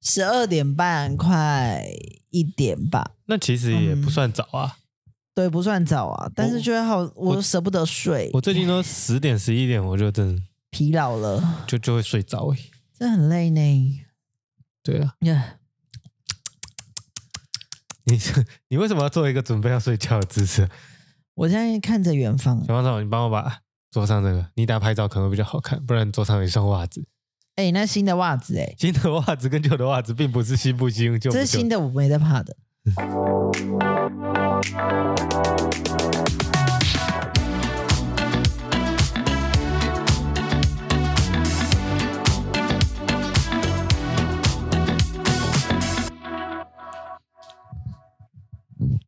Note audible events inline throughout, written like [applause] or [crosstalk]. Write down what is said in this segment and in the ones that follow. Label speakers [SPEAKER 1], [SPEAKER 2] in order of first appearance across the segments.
[SPEAKER 1] 十二点半快一点吧，
[SPEAKER 2] 那其实也不算早啊。
[SPEAKER 1] 对，不算早啊，但是就会好，我舍不得睡，
[SPEAKER 2] 我最近都十点十一点，我就真的
[SPEAKER 1] 疲劳了，
[SPEAKER 2] 就就会睡着、欸。
[SPEAKER 1] 这很累呢。
[SPEAKER 2] 对啊，
[SPEAKER 1] 呀
[SPEAKER 2] 你你为什么要做一个准备要睡觉的姿势？
[SPEAKER 1] 我现在看着远方
[SPEAKER 2] 小，胖嫂，你帮我把桌上这个，你等下拍照可能会比较好看，不然桌上有一双袜子。
[SPEAKER 1] 哎、那新的袜子、哎，
[SPEAKER 2] 新的袜子跟旧的袜子并不是新不新，旧不
[SPEAKER 1] 这
[SPEAKER 2] 旧。
[SPEAKER 1] 是新的，我没在怕的。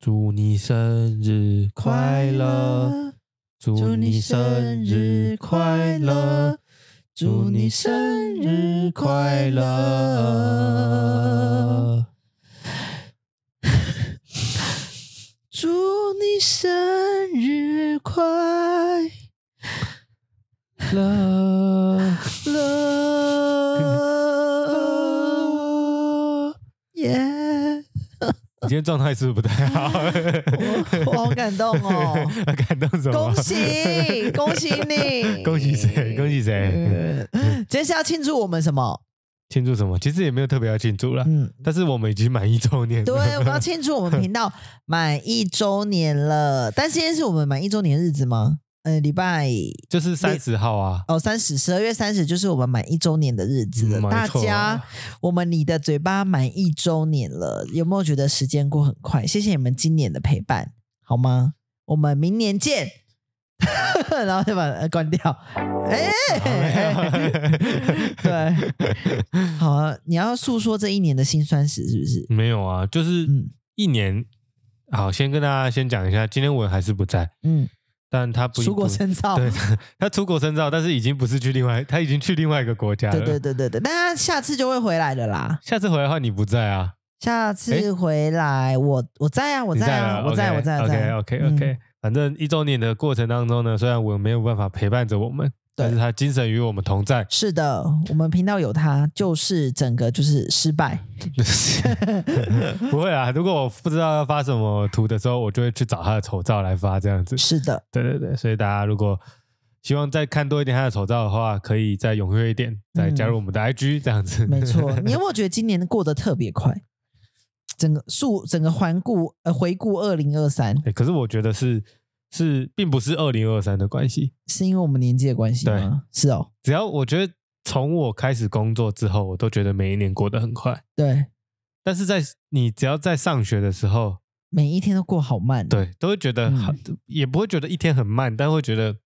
[SPEAKER 2] 祝你生日快乐，，祝你生日快乐，祝你生日快乐。
[SPEAKER 1] 祝你生日快
[SPEAKER 2] [laughs] 乐
[SPEAKER 1] 乐！耶、
[SPEAKER 2] 你今天状态是不是不太好？
[SPEAKER 1] [laughs] 我我好感动哦！
[SPEAKER 2] [laughs] 感动什么？
[SPEAKER 1] 恭喜恭喜你！嗯
[SPEAKER 2] [laughs] 恭喜谁？恭喜谁？嗯
[SPEAKER 1] [laughs] 呃今天是要庆祝我们什么？
[SPEAKER 2] 庆祝什么？其实也没有特别要庆祝啦，
[SPEAKER 1] 嗯，
[SPEAKER 2] 但是我们已经满一周年了。
[SPEAKER 1] 对，我们要庆祝我们频道满一周年了。但今天是我们满一周年的日子吗？呃，礼拜
[SPEAKER 2] [laughs] 就是三十号啊，
[SPEAKER 1] 哦，三十，十二月三十就是我们满一周年的日子了。
[SPEAKER 2] 嗯
[SPEAKER 1] 大
[SPEAKER 2] 没错 [laughs]
[SPEAKER 1] 家，我们你的嘴巴满一周年了，有没有觉得时间过很快？谢谢你们今年的陪伴，好吗？我们明年见。 [laughs] 然后就把它关掉。哎、对，好啊！你要诉说这一年的辛酸史是不是？
[SPEAKER 2] 没有啊，就是
[SPEAKER 1] 嗯
[SPEAKER 2] 一年。好，先跟大家先讲一下，今天文还是不在，
[SPEAKER 1] 嗯，
[SPEAKER 2] 但他不
[SPEAKER 1] 出国深造。
[SPEAKER 2] 对，他出国深造，但是已经不是去另外，他已经去另外一个国家了。
[SPEAKER 1] 对对对对对，但他下次就会回来的啦。
[SPEAKER 2] 下次回来的话，你不在啊？
[SPEAKER 1] 下次回来，我我在啊，我
[SPEAKER 2] 你
[SPEAKER 1] 在
[SPEAKER 2] 了
[SPEAKER 1] 啊，我在，我在，我在。。
[SPEAKER 2] OK OK OK，、反正一周年的过程当中呢，虽然我没有办法陪伴着我们，但是他精神与我们同在
[SPEAKER 1] [laughs] 是的，我们频道有他，就是整个就是失
[SPEAKER 2] [laughs]
[SPEAKER 1] 败。
[SPEAKER 2] 不会啊，如果我不知道要发什么图的时候，我就会去找他的丑照来发，这样子。
[SPEAKER 1] 是的，
[SPEAKER 2] 对对对，所以大家如果希望再看多一点他的丑照的话，可以再踊跃一点，再加入我们的 IG 这样子。
[SPEAKER 1] 嗯没
[SPEAKER 2] [laughs]
[SPEAKER 1] 错。你有没有觉得今年过得特别快？整个数，整个环顾呃回顾二零二三，
[SPEAKER 2] 欸可是我觉得是是，并不是二零二三的关系。
[SPEAKER 1] 是因为我们年纪的关系吗？是哦，
[SPEAKER 2] 只要我觉得从我开始工作之后，我都觉得每一年过得很快。
[SPEAKER 1] 对，
[SPEAKER 2] 但是在你只要在上学的时候，
[SPEAKER 1] 每一天都过好慢。，
[SPEAKER 2] 对，嗯都会觉得很，也不会觉得一天很慢，但会觉得嘖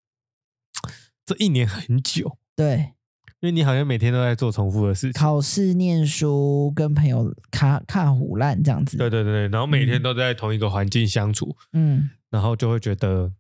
[SPEAKER 2] 这一年很久，
[SPEAKER 1] 对，
[SPEAKER 2] 因为你好像每天都在做重复的事情。
[SPEAKER 1] 考试、念书、跟朋友卡卡虎烂这样子。
[SPEAKER 2] 对，对对，对然后每天都在同一个环境相处，
[SPEAKER 1] 嗯，
[SPEAKER 2] 然后就会觉得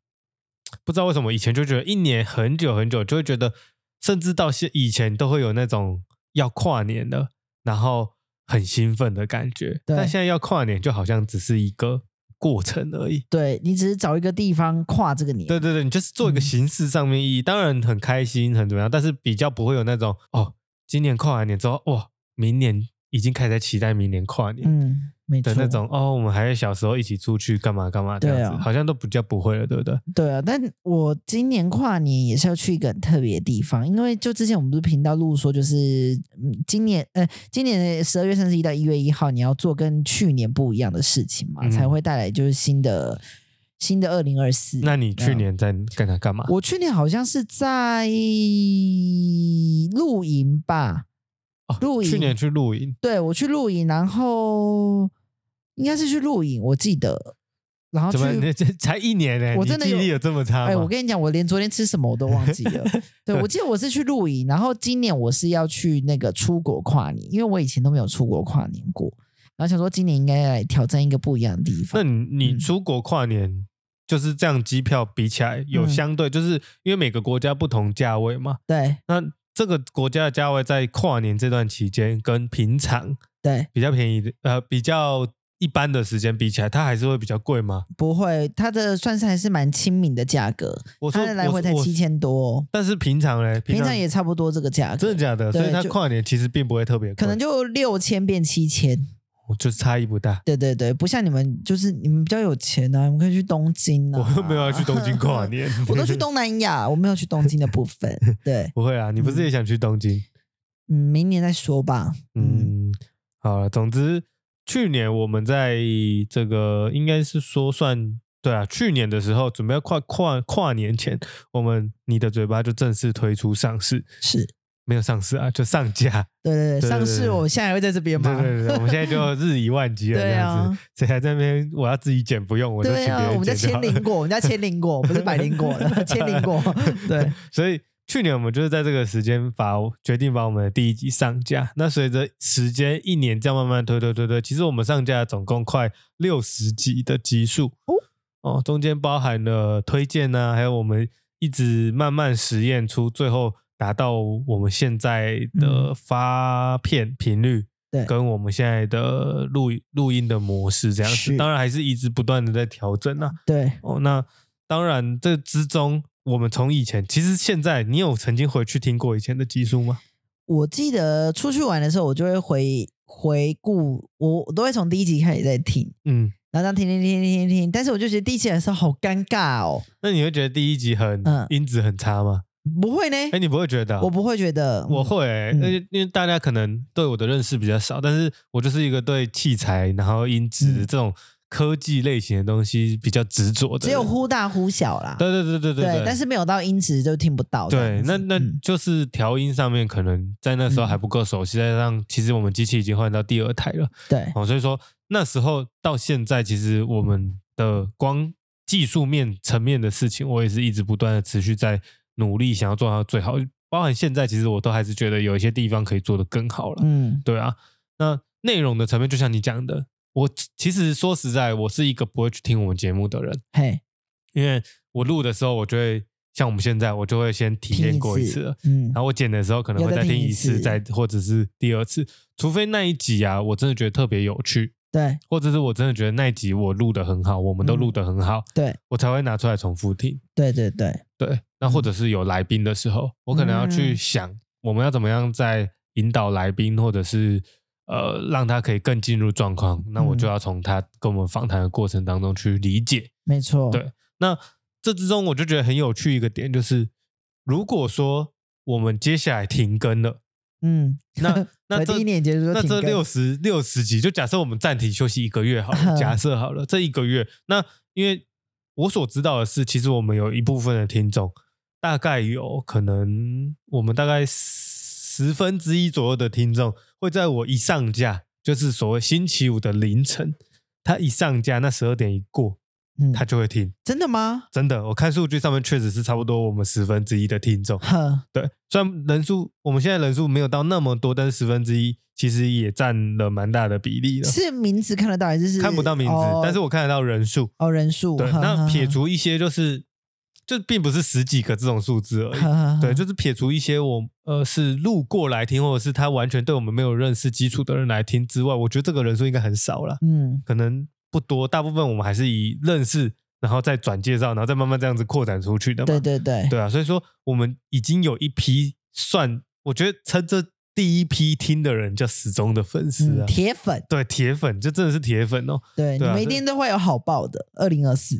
[SPEAKER 2] 不知道为什么以前就觉得一年很久很久，就会觉得甚至到现以前都会有那种要跨年了，然后很兴奋的感觉。
[SPEAKER 1] 对
[SPEAKER 2] 但现在要跨年就好像只是一个过程而已。
[SPEAKER 1] 对你只是找一个地方跨这个年。
[SPEAKER 2] 对对对，你就是做一个
[SPEAKER 1] 嗯
[SPEAKER 2] 形式上面意义，当然很开心很怎么样，但是比较不会有那种哦，今年跨完年之后哇，明年已经开始在期待明年跨年。
[SPEAKER 1] 嗯，没错，
[SPEAKER 2] 的那种哦，我们还是小时候一起出去干嘛干嘛这
[SPEAKER 1] 对
[SPEAKER 2] 样子，
[SPEAKER 1] 啊
[SPEAKER 2] 好像都比较不会了，对不对？
[SPEAKER 1] 对啊，但我今年跨年也是要去一个很特别的地方，因为就之前我们不是频道录说，就是嗯，今年呃，今年十二月三十一到一月一号，你要做跟去年不一样的事情嘛，
[SPEAKER 2] 嗯
[SPEAKER 1] 才会带来就是新的新的二零二四。
[SPEAKER 2] 那你去年在干他干嘛？
[SPEAKER 1] 我去年好像是在露营吧，
[SPEAKER 2] 哦
[SPEAKER 1] 露营
[SPEAKER 2] 去年去露营，
[SPEAKER 1] 对我去露营，然后应该是去露营，我记得，然后去
[SPEAKER 2] 怎么 [laughs] 你这才一年呢？
[SPEAKER 1] 我
[SPEAKER 2] 你
[SPEAKER 1] 真的
[SPEAKER 2] 记忆
[SPEAKER 1] 有
[SPEAKER 2] 力有这么差吗？
[SPEAKER 1] 哎，我跟你讲，我连昨天吃什么我都忘记了。
[SPEAKER 2] [laughs]
[SPEAKER 1] 对，我记得我是去露营，然后今年我是要去那个出国跨年，因为我以前都没有出国跨年过，然后想说今年应该来挑战一个不一样的地
[SPEAKER 2] 那
[SPEAKER 1] 方。
[SPEAKER 2] 你你
[SPEAKER 1] 嗯
[SPEAKER 2] 出国跨年就是这样，机票比起来有
[SPEAKER 1] 嗯
[SPEAKER 2] 相对，就是因为每个国家不同价位嘛，
[SPEAKER 1] 对
[SPEAKER 2] 那这个国家的价位在跨年这段期间跟平常
[SPEAKER 1] 对
[SPEAKER 2] 比较便宜的，呃，比较一般的时间比起来，它还是会比较贵吗？
[SPEAKER 1] 不会，它的算是还是蛮亲民的价格，
[SPEAKER 2] 我说
[SPEAKER 1] 它的来
[SPEAKER 2] 我
[SPEAKER 1] 回才
[SPEAKER 2] 我
[SPEAKER 1] 七千多、哦，
[SPEAKER 2] 但是平常嘞，
[SPEAKER 1] 平
[SPEAKER 2] 常
[SPEAKER 1] 常也差不多这个价
[SPEAKER 2] 真
[SPEAKER 1] 格
[SPEAKER 2] 的，假的？
[SPEAKER 1] 对
[SPEAKER 2] 所以它
[SPEAKER 1] 就
[SPEAKER 2] 跨年其实并不会特别贵，
[SPEAKER 1] 可能就六千变七千。
[SPEAKER 2] 就是差异不大。 [laughs]
[SPEAKER 1] 对对对，不像你们，就是你们比较有钱啊，你们可以去东京啊。，
[SPEAKER 2] 我又没有要去东京跨，年
[SPEAKER 1] [laughs] 我都去。东南亚，我没有去东京的部分。对，
[SPEAKER 2] [laughs] 不会啊，你不是也想去东京？
[SPEAKER 1] 嗯，明年再说吧。嗯，
[SPEAKER 2] 嗯，好了，总之去年我们在这个应该是说算对啊，去年的时候准备要跨跨跨年前，我们你的嘴巴就正式推出上市，
[SPEAKER 1] 是
[SPEAKER 2] 没有上市啊，就上架。
[SPEAKER 1] 对对
[SPEAKER 2] 对
[SPEAKER 1] 对，上
[SPEAKER 2] 对
[SPEAKER 1] 市我现在还会在这边
[SPEAKER 2] 对
[SPEAKER 1] 吗？
[SPEAKER 2] 对对，我们现在就日以
[SPEAKER 1] [laughs]
[SPEAKER 2] 万机了，这
[SPEAKER 1] 对
[SPEAKER 2] 样
[SPEAKER 1] 啊
[SPEAKER 2] 子，谁还在那边我要自己剪不用，我就请
[SPEAKER 1] 对
[SPEAKER 2] 别人
[SPEAKER 1] 啊，
[SPEAKER 2] 剪
[SPEAKER 1] 我们叫
[SPEAKER 2] 就
[SPEAKER 1] 千
[SPEAKER 2] 好了
[SPEAKER 1] 灵果，我们叫千灵果，不是百灵果了，千灵果。 [laughs] 对，
[SPEAKER 2] [laughs] 所以去年我们就是在这个时间把决定把我们的第一集上架。那随着时间一年这样慢慢推推推推，其实我们上架总共快六十集的集数
[SPEAKER 1] 哦
[SPEAKER 2] 哦，中间包含了推荐呢、还有我们一直慢慢实验出最后。达到我们现在的发片频率，
[SPEAKER 1] 嗯对
[SPEAKER 2] 跟我们现在的录录音的模式这样子，
[SPEAKER 1] 是
[SPEAKER 2] 当然还是一直不断的在调整啊。
[SPEAKER 1] 对，
[SPEAKER 2] 哦，那当然，这之中我们从以前，其实现在你有曾经回去听过以前的集数吗？
[SPEAKER 1] 我记得出去玩的时候，我就会回回顾，我我都会从第一集开始在听，
[SPEAKER 2] 嗯，
[SPEAKER 1] 然后这样听听听听听听，但是我就觉得第一集的时候好尴尬哦，
[SPEAKER 2] 那你会觉得第一集很、
[SPEAKER 1] 嗯
[SPEAKER 2] 音质很差吗？
[SPEAKER 1] 不会呢，
[SPEAKER 2] 哎、你不会觉得啊、
[SPEAKER 1] 我不会觉得，
[SPEAKER 2] 我会、欸，
[SPEAKER 1] 嗯
[SPEAKER 2] 因为因为大家可能对我的认识比较少，但是我就是一个对器材、然后音质、
[SPEAKER 1] 嗯
[SPEAKER 2] 这种科技类型的东西比较执着的人。
[SPEAKER 1] 只有忽大忽小啦，
[SPEAKER 2] 对对对对对
[SPEAKER 1] 对但是没有到音质就听不到这
[SPEAKER 2] 对
[SPEAKER 1] 样，子。
[SPEAKER 2] 那那
[SPEAKER 1] 嗯
[SPEAKER 2] 就是调音上面可能在那时候还不够熟悉，再加上其实我们机器已经换到第二台了，
[SPEAKER 1] 对
[SPEAKER 2] 哦，所以说那时候到现在，其实我们的光技术面层面的事情，我也是一直不断的持续在努力，想要做到最好。包含现在，其实我都还是觉得有一些地方可以做得更好了。
[SPEAKER 1] 嗯
[SPEAKER 2] 对啊，那内容的层面，就像你讲的，我其实说实在，我是一个不会去听我们节目的人，
[SPEAKER 1] 嘿，
[SPEAKER 2] 因为我录的时候，我就会像我们现在，我就会先体
[SPEAKER 1] 听
[SPEAKER 2] 验
[SPEAKER 1] 一
[SPEAKER 2] 过一
[SPEAKER 1] 次
[SPEAKER 2] 次了。
[SPEAKER 1] 嗯
[SPEAKER 2] 然后我剪的时候可能
[SPEAKER 1] 有
[SPEAKER 2] 会
[SPEAKER 1] 再
[SPEAKER 2] 再听
[SPEAKER 1] 听
[SPEAKER 2] 一
[SPEAKER 1] 一
[SPEAKER 2] 次，
[SPEAKER 1] 次
[SPEAKER 2] 再或者是第二次，除非那一集啊，我真的觉得特别有趣，
[SPEAKER 1] 对
[SPEAKER 2] 或者是我真的觉得那一集我录的很好，我们都
[SPEAKER 1] 嗯
[SPEAKER 2] 录的很好，
[SPEAKER 1] 对
[SPEAKER 2] 我才会拿出来重复听。
[SPEAKER 1] 对对对，
[SPEAKER 2] 对，那或者是有来宾的时候，我可能要去
[SPEAKER 1] 嗯
[SPEAKER 2] 想我们要怎么样在引导来宾，或者是呃让他可以更进入状况。那我就
[SPEAKER 1] 嗯
[SPEAKER 2] 要从他跟我们访谈的过程当中去理解。
[SPEAKER 1] 没错，
[SPEAKER 2] 对那这之中我就觉得很有趣一个点，就是如果说我们接下来停更了，
[SPEAKER 1] 嗯， [laughs]
[SPEAKER 2] 那那
[SPEAKER 1] 我
[SPEAKER 2] 这
[SPEAKER 1] 第一年结束就
[SPEAKER 2] 那
[SPEAKER 1] 停
[SPEAKER 2] 这
[SPEAKER 1] 更
[SPEAKER 2] 六十六十集，就假设我们暂停休息一个月好了，
[SPEAKER 1] [laughs] 嗯
[SPEAKER 2] 假设好了，这一个月，那因为我所知道的是，其实我们有一部分的听众，大概有可能我们大概十分之一左右的听众会在我一上架，就是所谓星期五的凌晨，他一上架那十二点一过，
[SPEAKER 1] 嗯
[SPEAKER 2] 他就会听。
[SPEAKER 1] 真的吗？
[SPEAKER 2] 真的，我看数据上面确实是差不多我们十分之一的听众，
[SPEAKER 1] 呵，
[SPEAKER 2] 对，虽然人数我们现在人数没有到那么多，但是十分之一其实也占了蛮大的比例了。
[SPEAKER 1] 是名字看得到还是是
[SPEAKER 2] 看不到名字，
[SPEAKER 1] 哦
[SPEAKER 2] 但是我看得到人数。
[SPEAKER 1] 哦人数，
[SPEAKER 2] 对，
[SPEAKER 1] 呵
[SPEAKER 2] 那撇，
[SPEAKER 1] 呵
[SPEAKER 2] 除一些就是，就并不是十几个这种数字而
[SPEAKER 1] 呵
[SPEAKER 2] 已。
[SPEAKER 1] 呵呵
[SPEAKER 2] 对，就是撇除一些我呃是路过来听，或者是他完全对我们没有认识基础的人来听之外，我觉得这个人数应该很少了，
[SPEAKER 1] 嗯
[SPEAKER 2] 可能不多。大部分我们还是以认识，然后再转介绍，然后再慢慢这样子扩展出去的嘛。
[SPEAKER 1] 对对对
[SPEAKER 2] 对啊，所以说我们已经有一批算，我觉得称这第一批听的人叫死忠的粉丝啊，
[SPEAKER 1] 嗯铁粉，
[SPEAKER 2] 对铁粉，这真的是铁
[SPEAKER 1] [laughs]
[SPEAKER 2] 粉哦，
[SPEAKER 1] 对
[SPEAKER 2] 对啊
[SPEAKER 1] 你们一
[SPEAKER 2] 所以
[SPEAKER 1] 定都会有好报的，二零二四，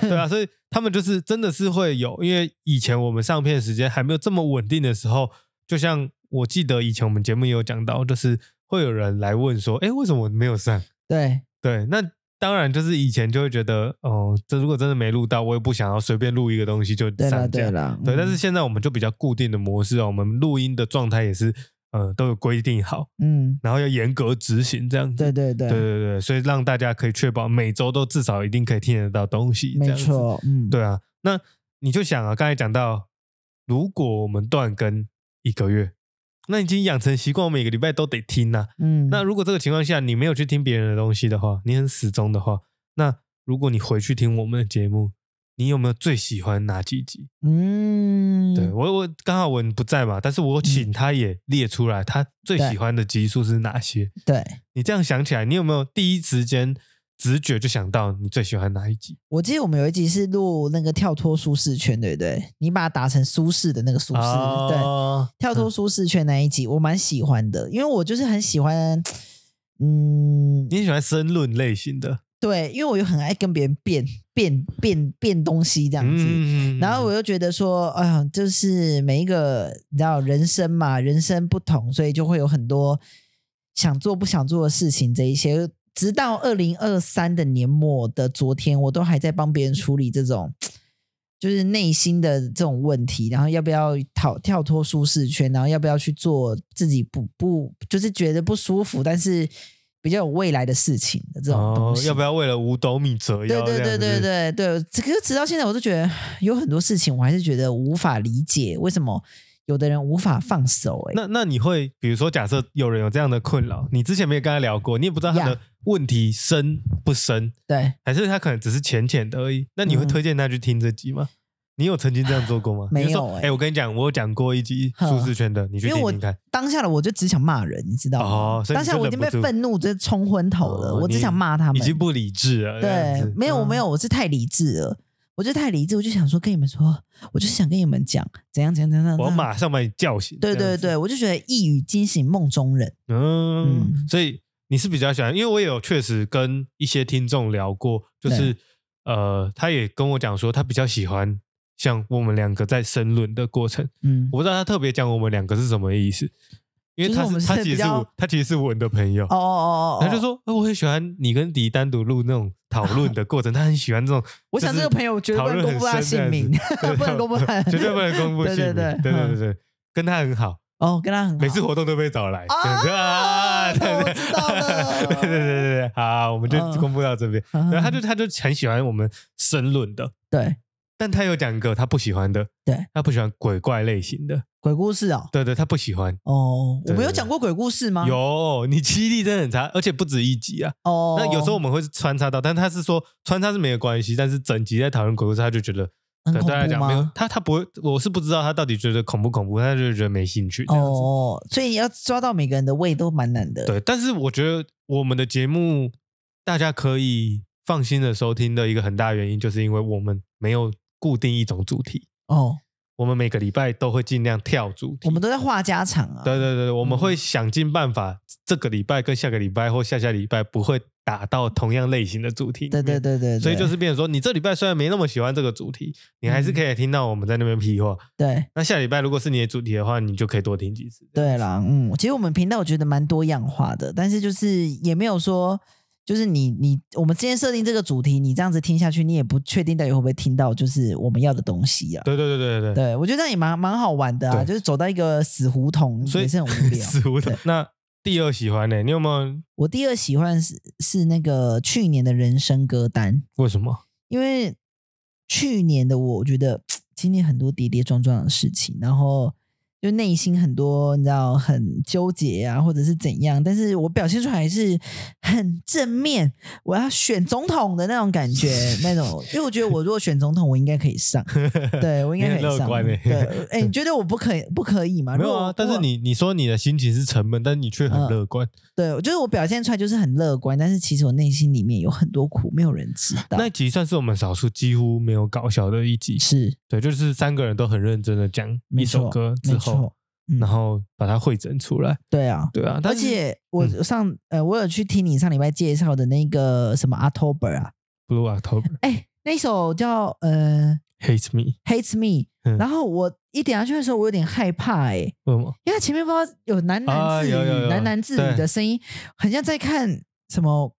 [SPEAKER 2] 对啊，所以他们就是真的是会有，因为以前我们上片时间还没有这么稳定的时候，就像我记得以前我们节目也有讲到，就是会有人来问说，哎，为什么我没有上？ [laughs]
[SPEAKER 1] 对
[SPEAKER 2] 对，那当然就是以前就会觉得，哦、这如果真的没录到，我也不想要随便录一个东西就
[SPEAKER 1] 对啦
[SPEAKER 2] 上
[SPEAKER 1] 对
[SPEAKER 2] 架，
[SPEAKER 1] 啦，
[SPEAKER 2] 对，
[SPEAKER 1] 嗯
[SPEAKER 2] 但是现在我们就比较固定的模式啊，我们录音的状态也是呃都有规定好，
[SPEAKER 1] 嗯，
[SPEAKER 2] 然后要严格执行这样子。
[SPEAKER 1] 对对对
[SPEAKER 2] 对对对所以让大家可以确保每周都至少一定可以听得到东西。这
[SPEAKER 1] 没
[SPEAKER 2] 样子，
[SPEAKER 1] 错，嗯，
[SPEAKER 2] 对啊。那你就想啊，刚才讲到，如果我们断更一个月，那已经养成习惯，我每个礼拜都得听呐、
[SPEAKER 1] 嗯，
[SPEAKER 2] 那如果这个情况下你没有去听别人的东西的话，你很死忠的话，那如果你回去听我们的节目，你有没有最喜欢哪几集？
[SPEAKER 1] 嗯，
[SPEAKER 2] 对我我刚好文不在嘛，但是我请他也列出来，他最喜欢的集数是哪些？
[SPEAKER 1] 对，
[SPEAKER 2] 你这样想起来，你有没有第一时间直觉就想到你最喜欢哪一集？
[SPEAKER 1] 我记得我们有一集是录那个跳脱舒适圈，对不对？你把它打成舒适的那个舒适，对，
[SPEAKER 2] 哦
[SPEAKER 1] 跳脱舒适圈那一集我蛮喜欢的，因为我就是很喜欢，嗯，
[SPEAKER 2] 你喜欢申论类型的，
[SPEAKER 1] 对，因为我又很爱跟别人变变变变东西这样子。
[SPEAKER 2] 嗯
[SPEAKER 1] 然后我又觉得说，哎呀，就是每一个你知道人生嘛，人生不同，所以就会有很多想做不想做的事情。这一些，直到二零二三的年末的昨天，我都还在帮别人处理这种就是内心的这种问题，然后要不要逃跳脱舒适圈，然后要不要去做自己不不就是觉得不舒服，但是比较有未来的事情的这种东
[SPEAKER 2] 哦
[SPEAKER 1] 西。，
[SPEAKER 2] 要不要为了五斗米折
[SPEAKER 1] 对
[SPEAKER 2] 腰？
[SPEAKER 1] 对对对
[SPEAKER 2] 对，
[SPEAKER 1] 对对，这个直到现在我都觉得有很多事情，我还是觉得无法理解，为什么有的人无法放手、欸？哎，
[SPEAKER 2] 那那你会，比如说，假设有人有这样的困扰，你之前没有跟他聊过，你也不知道他的问题深不深，
[SPEAKER 1] 对，
[SPEAKER 2] 还是他可能只是浅浅的而已。那你会
[SPEAKER 1] 嗯
[SPEAKER 2] 推荐他去听这集吗？你有曾经这样做过吗？
[SPEAKER 1] [laughs] 没有
[SPEAKER 2] 你就说
[SPEAKER 1] 欸
[SPEAKER 2] 哎，我跟你讲，我有讲过
[SPEAKER 1] [laughs]
[SPEAKER 2] 一集
[SPEAKER 1] 呵
[SPEAKER 2] 舒适圈的，你去
[SPEAKER 1] 因为
[SPEAKER 2] 听
[SPEAKER 1] 我
[SPEAKER 2] 听看。
[SPEAKER 1] 当下的我就只想骂人，你知道吗？
[SPEAKER 2] 哦所以你
[SPEAKER 1] 当下
[SPEAKER 2] 就
[SPEAKER 1] 我已
[SPEAKER 2] 忍
[SPEAKER 1] 经
[SPEAKER 2] 不
[SPEAKER 1] 被
[SPEAKER 2] 住
[SPEAKER 1] 愤怒这冲昏头了，
[SPEAKER 2] 哦
[SPEAKER 1] 我只
[SPEAKER 2] 你
[SPEAKER 1] 想骂他
[SPEAKER 2] 已
[SPEAKER 1] 们。
[SPEAKER 2] 经不理智了。这样
[SPEAKER 1] 对
[SPEAKER 2] 子，
[SPEAKER 1] 没有，我没。
[SPEAKER 2] 嗯
[SPEAKER 1] 有，我是太理智了，我就太理智，我就想说跟你们说，我就是想跟你们讲怎样怎样怎样怎样。
[SPEAKER 2] 我马上把你叫醒。
[SPEAKER 1] 嗯对
[SPEAKER 2] 这样
[SPEAKER 1] 对
[SPEAKER 2] 子
[SPEAKER 1] 对，，我就觉得一语惊醒梦中人。
[SPEAKER 2] 嗯
[SPEAKER 1] 嗯，
[SPEAKER 2] 所以你是比较喜欢，因为我也有确实跟一些听众聊过，就是呃，他也跟我讲说，他比较喜欢像我们两个在申论的过程，
[SPEAKER 1] 嗯，
[SPEAKER 2] 我不知道他特别讲我们两个是什么意思，因为
[SPEAKER 1] 就是
[SPEAKER 2] 他
[SPEAKER 1] 我们
[SPEAKER 2] 他
[SPEAKER 1] 是
[SPEAKER 2] 其
[SPEAKER 1] 比
[SPEAKER 2] 实是
[SPEAKER 1] 较
[SPEAKER 2] 我他其实是我的朋友，
[SPEAKER 1] 哦哦哦哦，
[SPEAKER 2] 他就说、呃我很喜欢你跟迪单独录那种讨论的过程，他很喜欢这种。
[SPEAKER 1] [laughs] 我想这个朋友绝对不能公布他的姓名 [laughs] 不能公布他的
[SPEAKER 2] [laughs] 绝对不能公布
[SPEAKER 1] 对对
[SPEAKER 2] 姓名，
[SPEAKER 1] 对
[SPEAKER 2] 对对
[SPEAKER 1] 嗯
[SPEAKER 2] 对，跟他很好。
[SPEAKER 1] 哦，跟他很好
[SPEAKER 2] 每次活动都被找来。
[SPEAKER 1] 啊
[SPEAKER 2] 对
[SPEAKER 1] 我
[SPEAKER 2] 对
[SPEAKER 1] 知道了
[SPEAKER 2] 对对对对对，好，我们就
[SPEAKER 1] 嗯
[SPEAKER 2] 公布到这边。
[SPEAKER 1] 嗯
[SPEAKER 2] 然后他就他就很喜欢我们申论的，
[SPEAKER 1] 对
[SPEAKER 2] 但他有讲一个他不喜欢的，
[SPEAKER 1] 对，
[SPEAKER 2] 他不喜欢鬼怪类型的，
[SPEAKER 1] 鬼故事哦，
[SPEAKER 2] 对对，他不喜欢。
[SPEAKER 1] 哦，我
[SPEAKER 2] 对
[SPEAKER 1] 们有
[SPEAKER 2] 对
[SPEAKER 1] 讲过鬼故事吗？
[SPEAKER 2] 有，你记忆力真的很差，而且不止一集啊。
[SPEAKER 1] 哦，
[SPEAKER 2] 那有时候我们会穿插到，但他是说穿插是没有关系，但是整集在讨论鬼故事，他就觉得
[SPEAKER 1] 很
[SPEAKER 2] 对
[SPEAKER 1] 恐
[SPEAKER 2] 他来
[SPEAKER 1] 怖
[SPEAKER 2] 讲没有
[SPEAKER 1] 吗？
[SPEAKER 2] 他他不会，我是不知道他到底觉得恐不恐怖，他就觉得没兴趣这样子。
[SPEAKER 1] 哦，所以你要抓到每个人的胃都蛮难的。
[SPEAKER 2] 对，但是我觉得我们的节目大家可以放心的收听的一个很大原因，就是因为我们没有固定一种主题，
[SPEAKER 1] 哦，
[SPEAKER 2] 我们每个礼拜都会尽量跳主题。
[SPEAKER 1] 我们都在话家常啊。
[SPEAKER 2] 对对对对，我
[SPEAKER 1] 嗯
[SPEAKER 2] 们会想尽办法，这个礼拜跟下个礼拜或下下礼拜不会打到同样类型的主题。
[SPEAKER 1] 对对。对对，
[SPEAKER 2] 所以就
[SPEAKER 1] 对
[SPEAKER 2] 是变成说，你这礼拜虽然没那么喜欢这个主题，你还是可以听到我们在那边屁话。
[SPEAKER 1] 对
[SPEAKER 2] 那下礼拜如果是你的主题的话，你就可以多听几次。
[SPEAKER 1] 对啦，嗯，其实我们频道我觉得蛮多样化的，但是就是也没有说。就是你你我们今天设定这个主题，你这样子听下去，你也不确定到底会不会听到就是我们要的东西啊。
[SPEAKER 2] 对对对对对
[SPEAKER 1] 对，我觉得这样也蛮蛮好玩的啊，
[SPEAKER 2] 对
[SPEAKER 1] 就是走到一个死胡同
[SPEAKER 2] 所以
[SPEAKER 1] 也是很无聊。
[SPEAKER 2] [laughs] 死胡同。那第二喜欢呢、你有没有
[SPEAKER 1] 我第二喜欢是是那个去年的人生歌单，
[SPEAKER 2] 为什么？
[SPEAKER 1] 因为去年的我，我觉得经历很多跌跌撞撞的事情，然后就内心很多你知道很纠结啊，或者是怎样，但是我表现出来是很正面，我要选总统的那种感觉，那种，因为我觉得我如果选总统，我应该可以
[SPEAKER 2] [laughs]
[SPEAKER 1] 上，对我应该可
[SPEAKER 2] 你很
[SPEAKER 1] 以
[SPEAKER 2] 乐
[SPEAKER 1] 上，
[SPEAKER 2] 观欸
[SPEAKER 1] 对，哎、你觉得我不可以不可以吗？
[SPEAKER 2] [laughs] 没
[SPEAKER 1] 如
[SPEAKER 2] 有
[SPEAKER 1] 果
[SPEAKER 2] 啊
[SPEAKER 1] 我，
[SPEAKER 2] 但是你你说你的心情是沉闷，但你却很乐观。
[SPEAKER 1] 对，我觉得我表现出来就是很乐观，但是其实我内心里面有很多苦，没有人知道。
[SPEAKER 2] 那一集算是我们少数几乎没有搞笑的一集。
[SPEAKER 1] 是
[SPEAKER 2] 对，就是三个人都很认真的讲
[SPEAKER 1] 没
[SPEAKER 2] 一
[SPEAKER 1] 错
[SPEAKER 2] 首歌之
[SPEAKER 1] 没
[SPEAKER 2] 后
[SPEAKER 1] 错，嗯
[SPEAKER 2] 然后把它汇整出来。
[SPEAKER 1] 对啊，
[SPEAKER 2] 对啊，
[SPEAKER 1] 而
[SPEAKER 2] 但是
[SPEAKER 1] 且我上、呃，我有去听你上礼拜介绍的那个什么 October 啊，
[SPEAKER 2] Blue October
[SPEAKER 1] 哎，那首叫呃
[SPEAKER 2] hates me，
[SPEAKER 1] Hates Me，、
[SPEAKER 2] 嗯
[SPEAKER 1] 然后我一点下去的时候，我有点害怕哎、
[SPEAKER 2] 为什么？
[SPEAKER 1] 因为它前面不知道有喃
[SPEAKER 2] 啊
[SPEAKER 1] 喃自语、
[SPEAKER 2] 有有有
[SPEAKER 1] 喃喃自语
[SPEAKER 2] 对
[SPEAKER 1] 的声音，很像在看什么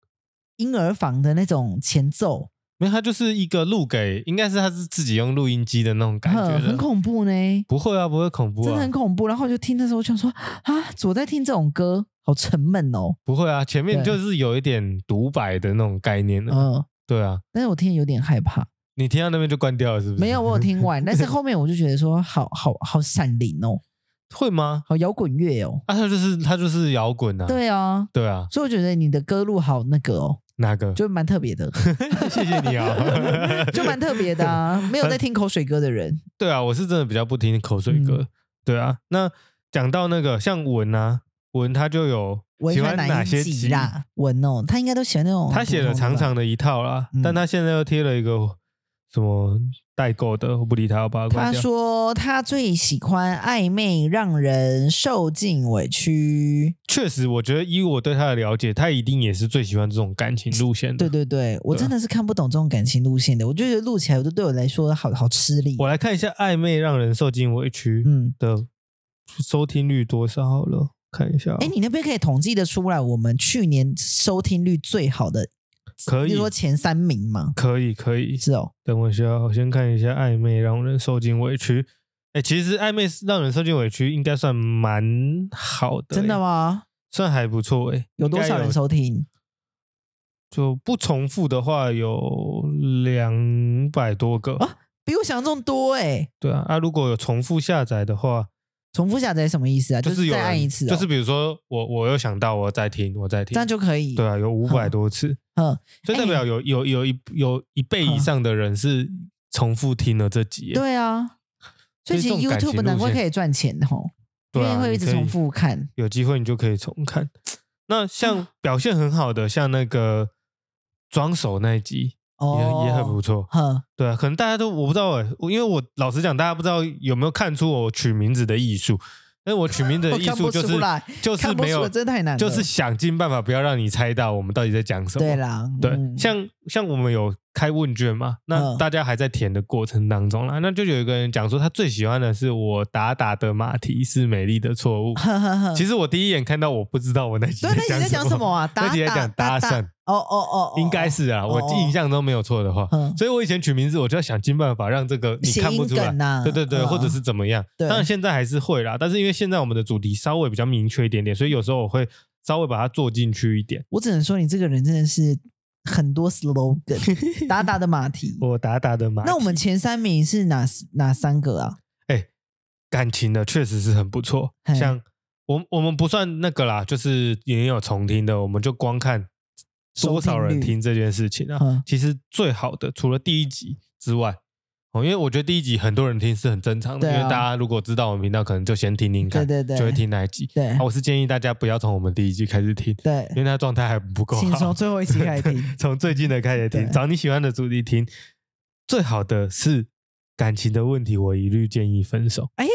[SPEAKER 1] 婴儿房的那种前奏，
[SPEAKER 2] 没有，他就是一个录给，应该是他是自己用录音机的那种感觉
[SPEAKER 1] 很
[SPEAKER 2] 的，
[SPEAKER 1] 很恐怖呢。
[SPEAKER 2] 不会啊，不会恐怖啊，
[SPEAKER 1] 真的很恐怖。然后我就听的时候，我想说啊，我在听这种歌，好沉闷哦。
[SPEAKER 2] 不会啊，前面
[SPEAKER 1] 对
[SPEAKER 2] 就是有一点独白的那种概念的。
[SPEAKER 1] 嗯，
[SPEAKER 2] 对啊，
[SPEAKER 1] 但是我听有点害怕。
[SPEAKER 2] 你嗯听到那边就关掉了，是不是？
[SPEAKER 1] 没有，我有听完，但是后面我就觉得说，好好好闪灵哦。
[SPEAKER 2] [laughs] 会吗？
[SPEAKER 1] 好摇滚乐哦。
[SPEAKER 2] 啊，他就是他就是摇滚啊，
[SPEAKER 1] 对啊，
[SPEAKER 2] 对啊，
[SPEAKER 1] 所以我觉得你的歌路好那个哦，
[SPEAKER 2] 哪个？
[SPEAKER 1] 就蛮特别的，
[SPEAKER 2] [laughs] 谢谢你啊，
[SPEAKER 1] [laughs] 就蛮特别的啊。没有在听口水歌的人，
[SPEAKER 2] [laughs] 对啊，我是真的比较不听口水歌。
[SPEAKER 1] 嗯
[SPEAKER 2] 对啊，那讲到那个像文啊，文他就有
[SPEAKER 1] 我
[SPEAKER 2] 喜
[SPEAKER 1] 喜
[SPEAKER 2] 欢
[SPEAKER 1] 欢
[SPEAKER 2] 哪
[SPEAKER 1] 哪
[SPEAKER 2] 些
[SPEAKER 1] 一集啦？文哦，他应该都喜欢那种
[SPEAKER 2] 他写了长
[SPEAKER 1] 很
[SPEAKER 2] 长的一套啦，
[SPEAKER 1] 嗯
[SPEAKER 2] 但他现在又贴了一个什么代购的，我不理他，我把它
[SPEAKER 1] 普通
[SPEAKER 2] 关
[SPEAKER 1] 的吧。他
[SPEAKER 2] 掉。
[SPEAKER 1] 说他最喜欢暧昧，让人受尽委屈。
[SPEAKER 2] 确实，我觉得以我对他的了解，他一定也是最喜欢这种感情路线的。
[SPEAKER 1] 对对对，我
[SPEAKER 2] 对啊
[SPEAKER 1] 真的是看不懂这种感情路线的，我就觉得录起来，我就对我来说好好吃力。
[SPEAKER 2] 我来看一下暧昧让人受尽委屈
[SPEAKER 1] 嗯，
[SPEAKER 2] 的收听率多少好了，看一下哦、
[SPEAKER 1] 哎，你那边可以统计的出来，我们去年收听率最好的，
[SPEAKER 2] 可
[SPEAKER 1] 比
[SPEAKER 2] 以
[SPEAKER 1] 如说前三名嘛？
[SPEAKER 2] 可以可以，
[SPEAKER 1] 是哦，
[SPEAKER 2] 等我一下，我先看一下暧昧让人受尽委屈。哎、其实暧昧让人受尽委屈应该算蛮好的、
[SPEAKER 1] 真的？吗？
[SPEAKER 2] 算还不错哎、
[SPEAKER 1] 有多
[SPEAKER 2] 应
[SPEAKER 1] 少
[SPEAKER 2] 该有
[SPEAKER 1] 人收听？
[SPEAKER 2] 就不重复的话，有两百多个。
[SPEAKER 1] 啊比我想象中多哎、
[SPEAKER 2] 对啊，啊，如果有重复下载的话，
[SPEAKER 1] 重复下载什么意思啊？
[SPEAKER 2] 就是有
[SPEAKER 1] 再按
[SPEAKER 2] 人
[SPEAKER 1] 一次、哦，
[SPEAKER 2] 就是比如说我我又想到我在听，我在听，
[SPEAKER 1] 这样就可以。
[SPEAKER 2] 对啊，有五百多次，
[SPEAKER 1] 嗯，
[SPEAKER 2] 所以代表有有有一有一倍以上的人是重复听了这集耶。
[SPEAKER 1] 对啊，所以其实
[SPEAKER 2] 所以这种感情
[SPEAKER 1] YouTube 难怪
[SPEAKER 2] 路线
[SPEAKER 1] 可以赚钱吼，因
[SPEAKER 2] 对
[SPEAKER 1] 为
[SPEAKER 2] 啊，
[SPEAKER 1] 会一直重复看。
[SPEAKER 2] 有机会你就可以重看。那
[SPEAKER 1] 啊
[SPEAKER 2] 像表现很好的，像那个装手那一集
[SPEAKER 1] 哦，
[SPEAKER 2] 也也很不错。
[SPEAKER 1] 呵，
[SPEAKER 2] 对啊，可能大家都我不知道哎、我因为我老实讲，大家不知道有没有看出我取名字的艺术。但是我取名字
[SPEAKER 1] [laughs]
[SPEAKER 2] 的
[SPEAKER 1] 我
[SPEAKER 2] 艺
[SPEAKER 1] 看
[SPEAKER 2] 术
[SPEAKER 1] 不
[SPEAKER 2] 就是
[SPEAKER 1] 出来
[SPEAKER 2] 就是
[SPEAKER 1] 看不
[SPEAKER 2] 没有
[SPEAKER 1] 出，真太难了
[SPEAKER 2] 就是想尽办法不要让你猜到我们到底在讲什么。
[SPEAKER 1] 对啦，
[SPEAKER 2] 对
[SPEAKER 1] 嗯
[SPEAKER 2] 像像我们有开问卷嘛，那
[SPEAKER 1] 嗯
[SPEAKER 2] 大家还在填的过程当中啦，那就有一个人讲说他最喜欢的是我打打的马蹄是美丽的错
[SPEAKER 1] [laughs]
[SPEAKER 2] 误。
[SPEAKER 1] 呵呵呵，
[SPEAKER 2] [laughs] 其实我第一眼看到我不知道我那集
[SPEAKER 1] 对，那你在
[SPEAKER 2] 讲
[SPEAKER 1] 讲什么啊？ [laughs]
[SPEAKER 2] 那
[SPEAKER 1] 打
[SPEAKER 2] 集在讲搭
[SPEAKER 1] 打打
[SPEAKER 2] 讪，
[SPEAKER 1] 哦哦哦，哦
[SPEAKER 2] 应该是啊，我
[SPEAKER 1] 哦
[SPEAKER 2] 印象中没有错的话，
[SPEAKER 1] 嗯
[SPEAKER 2] 所以我以前取名字我就要想尽办法让这个你
[SPEAKER 1] 谐
[SPEAKER 2] 看不
[SPEAKER 1] 音
[SPEAKER 2] 出来
[SPEAKER 1] 梗，呐，
[SPEAKER 2] 对对对，
[SPEAKER 1] 嗯
[SPEAKER 2] 或者是怎么样。
[SPEAKER 1] 对
[SPEAKER 2] 当然现在还是会啦，但是因为现在我们的主题稍微比较明确一点点，所以有时候我会稍微把它做进去一点。
[SPEAKER 1] 我只能说你这个人真的是很多
[SPEAKER 2] [laughs]
[SPEAKER 1] slogan，打打的马蹄。
[SPEAKER 2] 我打打的嘛，
[SPEAKER 1] 那我们前三名是哪哪三个啊？
[SPEAKER 2] 哎，感情的确实是很不错，
[SPEAKER 1] 嘿
[SPEAKER 2] 像我我们不算那个啦，就是也有重听的，我们就光看多少
[SPEAKER 1] 收
[SPEAKER 2] 人
[SPEAKER 1] 听率
[SPEAKER 2] 听这件事情啊。
[SPEAKER 1] 嗯
[SPEAKER 2] 其实最好的除了第一集之外，哦，因为我觉得第一集很多人听是很正常的，
[SPEAKER 1] 对啊
[SPEAKER 2] 因为大家如果知道我们频道，可能就先听听看，
[SPEAKER 1] 对对对
[SPEAKER 2] 就会听那一集。
[SPEAKER 1] 对
[SPEAKER 2] 啊，我是建议大家不要从我们第一集开始听，
[SPEAKER 1] 对
[SPEAKER 2] 因，为他状态还不够
[SPEAKER 1] 请
[SPEAKER 2] 好。
[SPEAKER 1] 从。最后一期开始听
[SPEAKER 2] [laughs] 从最近的开始听，
[SPEAKER 1] 对
[SPEAKER 2] 找你喜欢的主题听。最好的是感情的问题，我一律建议分手。
[SPEAKER 1] 哎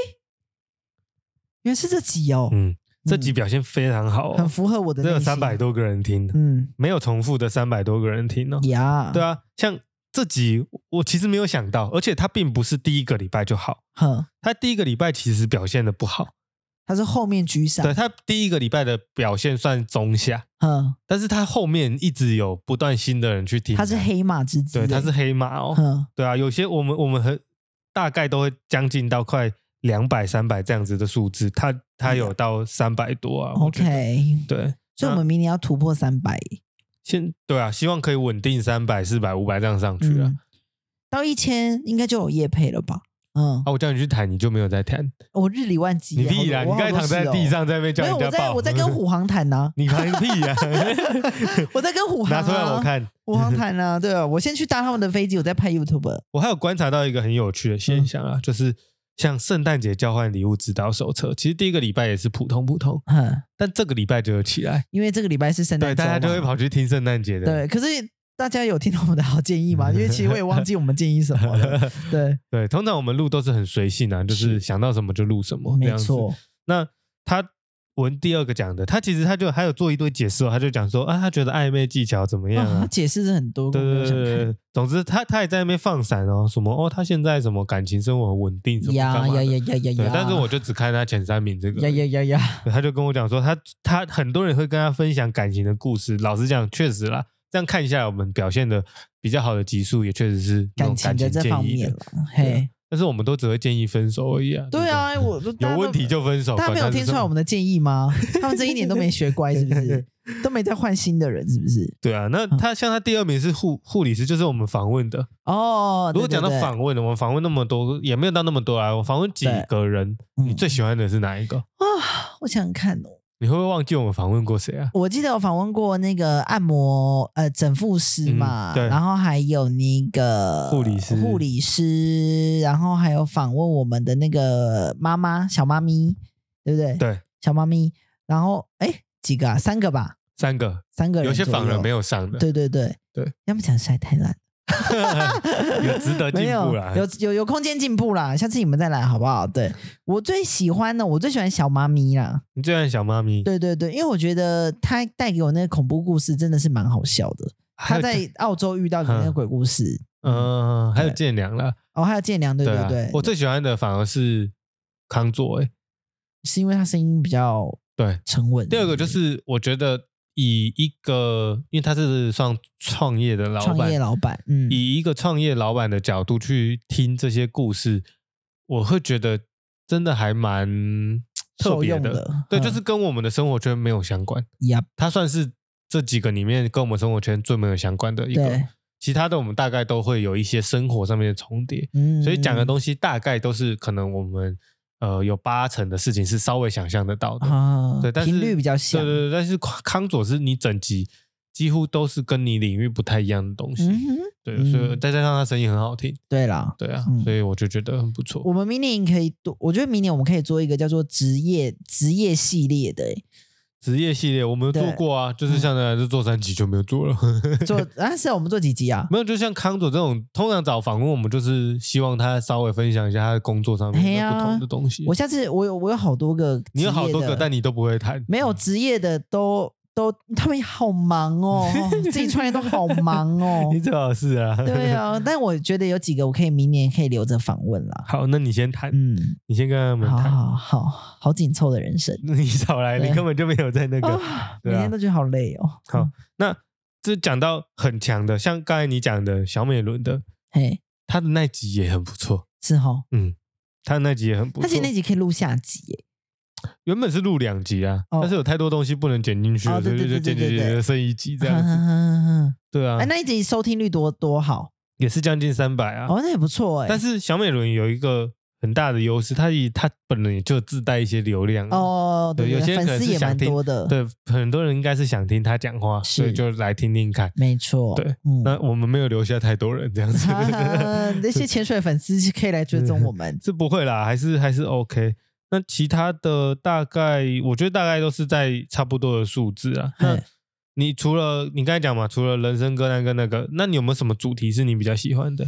[SPEAKER 1] 原来是这集哦，
[SPEAKER 2] 嗯，这集表现非常好、哦，
[SPEAKER 1] 很符合我的
[SPEAKER 2] 这
[SPEAKER 1] 内
[SPEAKER 2] 有
[SPEAKER 1] 心。
[SPEAKER 2] 三百多个人听，
[SPEAKER 1] 嗯
[SPEAKER 2] 没有重复的三百多个人听哦。
[SPEAKER 1] 呀，
[SPEAKER 2] 对
[SPEAKER 1] 啊，
[SPEAKER 2] 啊，像这集我其实没有想到，而且它并不是第一个礼拜就好，
[SPEAKER 1] 哼，
[SPEAKER 2] 它第一个礼拜其实表现的不好，
[SPEAKER 1] 他是后面居上
[SPEAKER 2] 对，，它第一个礼拜的表现算中下，
[SPEAKER 1] 哼，
[SPEAKER 2] 但是它后面一直有不断新的人去听，啊
[SPEAKER 1] 他是，黑马之子，嗯
[SPEAKER 2] 对，它是，黑马哦，
[SPEAKER 1] 哼，
[SPEAKER 2] 对啊，有些我们我们很大概都会将近到快两百三百这样子的数字，它它有到三百多啊。我觉
[SPEAKER 1] 嗯
[SPEAKER 2] 得嗯
[SPEAKER 1] OK，
[SPEAKER 2] 对，
[SPEAKER 1] 所以我们明年要突破三百，
[SPEAKER 2] 现对啊，希望可以稳定三百、四百、五百这样上去啊。
[SPEAKER 1] 嗯，到一千应该就有业配了吧？嗯
[SPEAKER 2] 啊，，我叫你去弹，你就没有在弹，
[SPEAKER 1] 我日理万机
[SPEAKER 2] 你
[SPEAKER 1] 耶，
[SPEAKER 2] 屁啦！
[SPEAKER 1] 好
[SPEAKER 2] 你
[SPEAKER 1] 多
[SPEAKER 2] 刚才躺在地，上在那边
[SPEAKER 1] 我
[SPEAKER 2] 叫
[SPEAKER 1] 好多事哦没有，我
[SPEAKER 2] 人家
[SPEAKER 1] 在
[SPEAKER 2] 抱，，
[SPEAKER 1] 我在跟虎航谈呢
[SPEAKER 2] [laughs] 你弹屁呀！
[SPEAKER 1] [laughs] 我
[SPEAKER 2] [laughs]
[SPEAKER 1] 在跟虎航
[SPEAKER 2] 拿
[SPEAKER 1] 啊
[SPEAKER 2] 出来我，看。
[SPEAKER 1] 虎航谈呢，对啊，我先去搭他们的飞机，我再拍 YouTube，
[SPEAKER 2] 我还有观察到一个很有趣的现象
[SPEAKER 1] 嗯
[SPEAKER 2] 啊，就是像圣诞节交换礼物指导手册，其实第一个礼拜也是普通普通，
[SPEAKER 1] 哼，
[SPEAKER 2] 但这个礼拜就有起来，
[SPEAKER 1] 因为这个礼拜是圣
[SPEAKER 2] 对，
[SPEAKER 1] 诞周
[SPEAKER 2] 大
[SPEAKER 1] 嘛，
[SPEAKER 2] 家就会跑去听圣诞节的
[SPEAKER 1] 对，可是大家有听到我们的好建议吗？因为其实我也忘记我们建议什么
[SPEAKER 2] [laughs]
[SPEAKER 1] 了。对，
[SPEAKER 2] 对，通常我们录都是很随性啊，就是
[SPEAKER 1] 是
[SPEAKER 2] 想到什么就录什么，这
[SPEAKER 1] 没
[SPEAKER 2] 样子。
[SPEAKER 1] 错，
[SPEAKER 2] 那他文第二个讲的，他其实他就还有做一堆解释哦，他就讲说啊，他觉得暧昧技巧怎么样
[SPEAKER 1] 啊 [laughs]
[SPEAKER 2] 啊
[SPEAKER 1] 他？解释是很多，
[SPEAKER 2] 对
[SPEAKER 1] 我没
[SPEAKER 2] 对
[SPEAKER 1] 有
[SPEAKER 2] 对
[SPEAKER 1] 想看
[SPEAKER 2] 对对，总之他他也在那边放闪哦，什么哦，他现在什么感情生活很稳定，什么
[SPEAKER 1] 呀
[SPEAKER 2] 干嘛
[SPEAKER 1] 呀
[SPEAKER 2] 的
[SPEAKER 1] 呀呀呀
[SPEAKER 2] 对
[SPEAKER 1] 呀！，
[SPEAKER 2] 但是我就只看他前三名这个
[SPEAKER 1] 呀
[SPEAKER 2] 而已。
[SPEAKER 1] 呀呀呀，
[SPEAKER 2] 对他就跟我讲说，他他很多人会跟他分享感情的故事。老实讲，确实啦，这样看一下，我们表现的比较好的集数也确实是那种
[SPEAKER 1] 感
[SPEAKER 2] 感
[SPEAKER 1] 情的这
[SPEAKER 2] 建
[SPEAKER 1] 方
[SPEAKER 2] 议
[SPEAKER 1] 面 [laughs]
[SPEAKER 2] 的
[SPEAKER 1] 了。，嘿，
[SPEAKER 2] 但是我们都只会建议分手而已啊。
[SPEAKER 1] 对啊，
[SPEAKER 2] 不
[SPEAKER 1] 我
[SPEAKER 2] 对有问题。就分手。
[SPEAKER 1] 大家没有
[SPEAKER 2] 哦管他
[SPEAKER 1] 听
[SPEAKER 2] 是
[SPEAKER 1] 出来
[SPEAKER 2] 什
[SPEAKER 1] 我 [laughs]
[SPEAKER 2] 么 [laughs]
[SPEAKER 1] 们的建议吗？他们这一年都没学乖，是不是？都没在换新的人，是不是？
[SPEAKER 2] 对啊，
[SPEAKER 1] 嗯
[SPEAKER 2] 那他像他第二名是护护理师，就是我们访问的。
[SPEAKER 1] 哦，
[SPEAKER 2] 如果讲到
[SPEAKER 1] 对对对
[SPEAKER 2] 访问，我们访问那么多，也没有到那么多啊。我访问几
[SPEAKER 1] 对
[SPEAKER 2] 个人，
[SPEAKER 1] 嗯
[SPEAKER 2] 你最喜欢的是哪一个？
[SPEAKER 1] 啊，我想想看哦，
[SPEAKER 2] 你会不会忘记我们访问过谁啊？
[SPEAKER 1] 我记得我访问过那个按摩呃整复师嘛，
[SPEAKER 2] 嗯对
[SPEAKER 1] 然后还有那个
[SPEAKER 2] 护理师
[SPEAKER 1] 护理师，然后还有访问我们的那个妈妈小妈咪，对不对？
[SPEAKER 2] 对，
[SPEAKER 1] 小妈咪，然后哎几个啊？三个吧，
[SPEAKER 2] 三个，
[SPEAKER 1] 三个人，
[SPEAKER 2] 有些访人没
[SPEAKER 1] 有，
[SPEAKER 2] 有上的，
[SPEAKER 1] 对对对
[SPEAKER 2] 对，
[SPEAKER 1] 要么讲实在太烂，
[SPEAKER 2] [laughs] 有值得呃进
[SPEAKER 1] 没有
[SPEAKER 2] 步啦。
[SPEAKER 1] 有有有空间进步啦，下次你们再来好不好？对我最喜欢的，我最喜欢小妈咪啦，
[SPEAKER 2] 你最爱小妈咪，
[SPEAKER 1] 对对对，因为我觉得他带给我那个恐怖故事真的是蛮好笑的。
[SPEAKER 2] 还
[SPEAKER 1] 他
[SPEAKER 2] 有
[SPEAKER 1] 在澳洲遇到的那个鬼故事，
[SPEAKER 2] 嗯，还有建良啦，
[SPEAKER 1] 哦，还有建良，对对
[SPEAKER 2] 啊
[SPEAKER 1] 对，
[SPEAKER 2] 我最喜欢的反而是康佐，哎，
[SPEAKER 1] 是因为他声音比较
[SPEAKER 2] 对。
[SPEAKER 1] 沉稳。
[SPEAKER 2] 第二个就是我觉得以一个，因为他是算创业的老
[SPEAKER 1] 创
[SPEAKER 2] 板
[SPEAKER 1] 业，老板，嗯，
[SPEAKER 2] 以一个创业老板的角度去听这些故事，我会觉得真的还蛮特
[SPEAKER 1] 受
[SPEAKER 2] 别
[SPEAKER 1] 用的
[SPEAKER 2] 对，
[SPEAKER 1] 嗯
[SPEAKER 2] 就是跟我们的生活圈没有相关，
[SPEAKER 1] 呀，
[SPEAKER 2] 它算是这几个里面跟我们生活圈最没有相关的一
[SPEAKER 1] 对
[SPEAKER 2] 个。其他的我们大概都会有一些生活上面的重叠，
[SPEAKER 1] 嗯，
[SPEAKER 2] 所以讲的
[SPEAKER 1] 嗯
[SPEAKER 2] 东西大概都是可能我们呃有八成的事情是稍微想象得到的。
[SPEAKER 1] 啊，
[SPEAKER 2] 对，但是
[SPEAKER 1] 频率比较小，
[SPEAKER 2] 对对对，但是康康佐是你整集几乎都是跟你领域不太一样的东西。
[SPEAKER 1] 嗯哼，
[SPEAKER 2] 对，
[SPEAKER 1] 嗯
[SPEAKER 2] 所以再加上他声音很好听，
[SPEAKER 1] 对啦。
[SPEAKER 2] 对啊，
[SPEAKER 1] 嗯
[SPEAKER 2] 所以我就觉得很不错
[SPEAKER 1] 我。们明年可以多，我觉得明年我们可以做一个叫做职业职业系列的欸，
[SPEAKER 2] 职业系列我们有做过啊，
[SPEAKER 1] 嗯
[SPEAKER 2] 就是像那就做三集就没有
[SPEAKER 1] [laughs]
[SPEAKER 2] 做了， [laughs]
[SPEAKER 1] 做啊是啊，我们做几集啊？
[SPEAKER 2] 没有。就像康佐这种，通常找访问我们就是希望他稍微分享一下他的工作上
[SPEAKER 1] 嘿
[SPEAKER 2] 面
[SPEAKER 1] 呀
[SPEAKER 2] 的不同的东西
[SPEAKER 1] 我。下次我有我有好多个职业的，
[SPEAKER 2] 你有好多个，但你嗯都不会谈。。
[SPEAKER 1] 没有职业的都都他们好忙哦，自己创业都好忙哦
[SPEAKER 2] [laughs] [laughs] 你最好是啊。
[SPEAKER 1] 对。啊，但我觉得有几个我可以明年可以留着访问啦。
[SPEAKER 2] 好，那你先谈，
[SPEAKER 1] 嗯，
[SPEAKER 2] 你先跟他们
[SPEAKER 1] 好
[SPEAKER 2] 谈。
[SPEAKER 1] 好好好紧凑的人生
[SPEAKER 2] 你少来，
[SPEAKER 1] 对
[SPEAKER 2] 你根本就没有在那个。
[SPEAKER 1] 啊，每
[SPEAKER 2] [laughs] 对啊
[SPEAKER 1] 天都觉得好累哦。
[SPEAKER 2] 好，那这讲到很强的，像刚才你讲的小美伦的，
[SPEAKER 1] 嘿，
[SPEAKER 2] 她的那集也很不错，
[SPEAKER 1] 是哈，
[SPEAKER 2] 嗯，她的那集也很不
[SPEAKER 1] 他
[SPEAKER 2] 错
[SPEAKER 1] 其实。那集可以录下集耶。
[SPEAKER 2] 原本是录两集啊，
[SPEAKER 1] 哦
[SPEAKER 2] 但是有太多东西不能剪进去
[SPEAKER 1] 哦
[SPEAKER 2] 了，所
[SPEAKER 1] 对
[SPEAKER 2] 以
[SPEAKER 1] 对
[SPEAKER 2] 就
[SPEAKER 1] 对
[SPEAKER 2] 剪
[SPEAKER 1] 对对
[SPEAKER 2] 剪剪
[SPEAKER 1] 对
[SPEAKER 2] 剪剩一集这
[SPEAKER 1] 哼 [laughs]
[SPEAKER 2] 样
[SPEAKER 1] 哼
[SPEAKER 2] 子。
[SPEAKER 1] 哼哼
[SPEAKER 2] 对啊
[SPEAKER 1] 哎，，那一集收听率多多好
[SPEAKER 2] 也是将近三百啊。
[SPEAKER 1] 哦，那也不错哎。
[SPEAKER 2] 但是小美伦有一个很大的优势，她以她本人也就自带一些流量啊。
[SPEAKER 1] 哦，对，
[SPEAKER 2] 对有
[SPEAKER 1] 对
[SPEAKER 2] 些
[SPEAKER 1] 粉
[SPEAKER 2] 可能
[SPEAKER 1] 丝
[SPEAKER 2] 是
[SPEAKER 1] 也
[SPEAKER 2] 想
[SPEAKER 1] 蛮
[SPEAKER 2] 听
[SPEAKER 1] 多的，，
[SPEAKER 2] 对，很多人应该是想听她讲话，
[SPEAKER 1] 是
[SPEAKER 2] 所以就来听听看。
[SPEAKER 1] 没错。
[SPEAKER 2] 对，
[SPEAKER 1] 嗯，
[SPEAKER 2] 那我们没有留下太多人这样子，
[SPEAKER 1] [laughs] 那些潜水粉丝可以来追踪我们。
[SPEAKER 2] [laughs] 是不会啦，还是还是 OK。那其他的大概，我觉得大概都是在差不多的数字啊。那
[SPEAKER 1] 嘿
[SPEAKER 2] 你除了你刚才讲嘛，除了人生歌单跟那个，那你有没有什么主题是你比较喜欢的？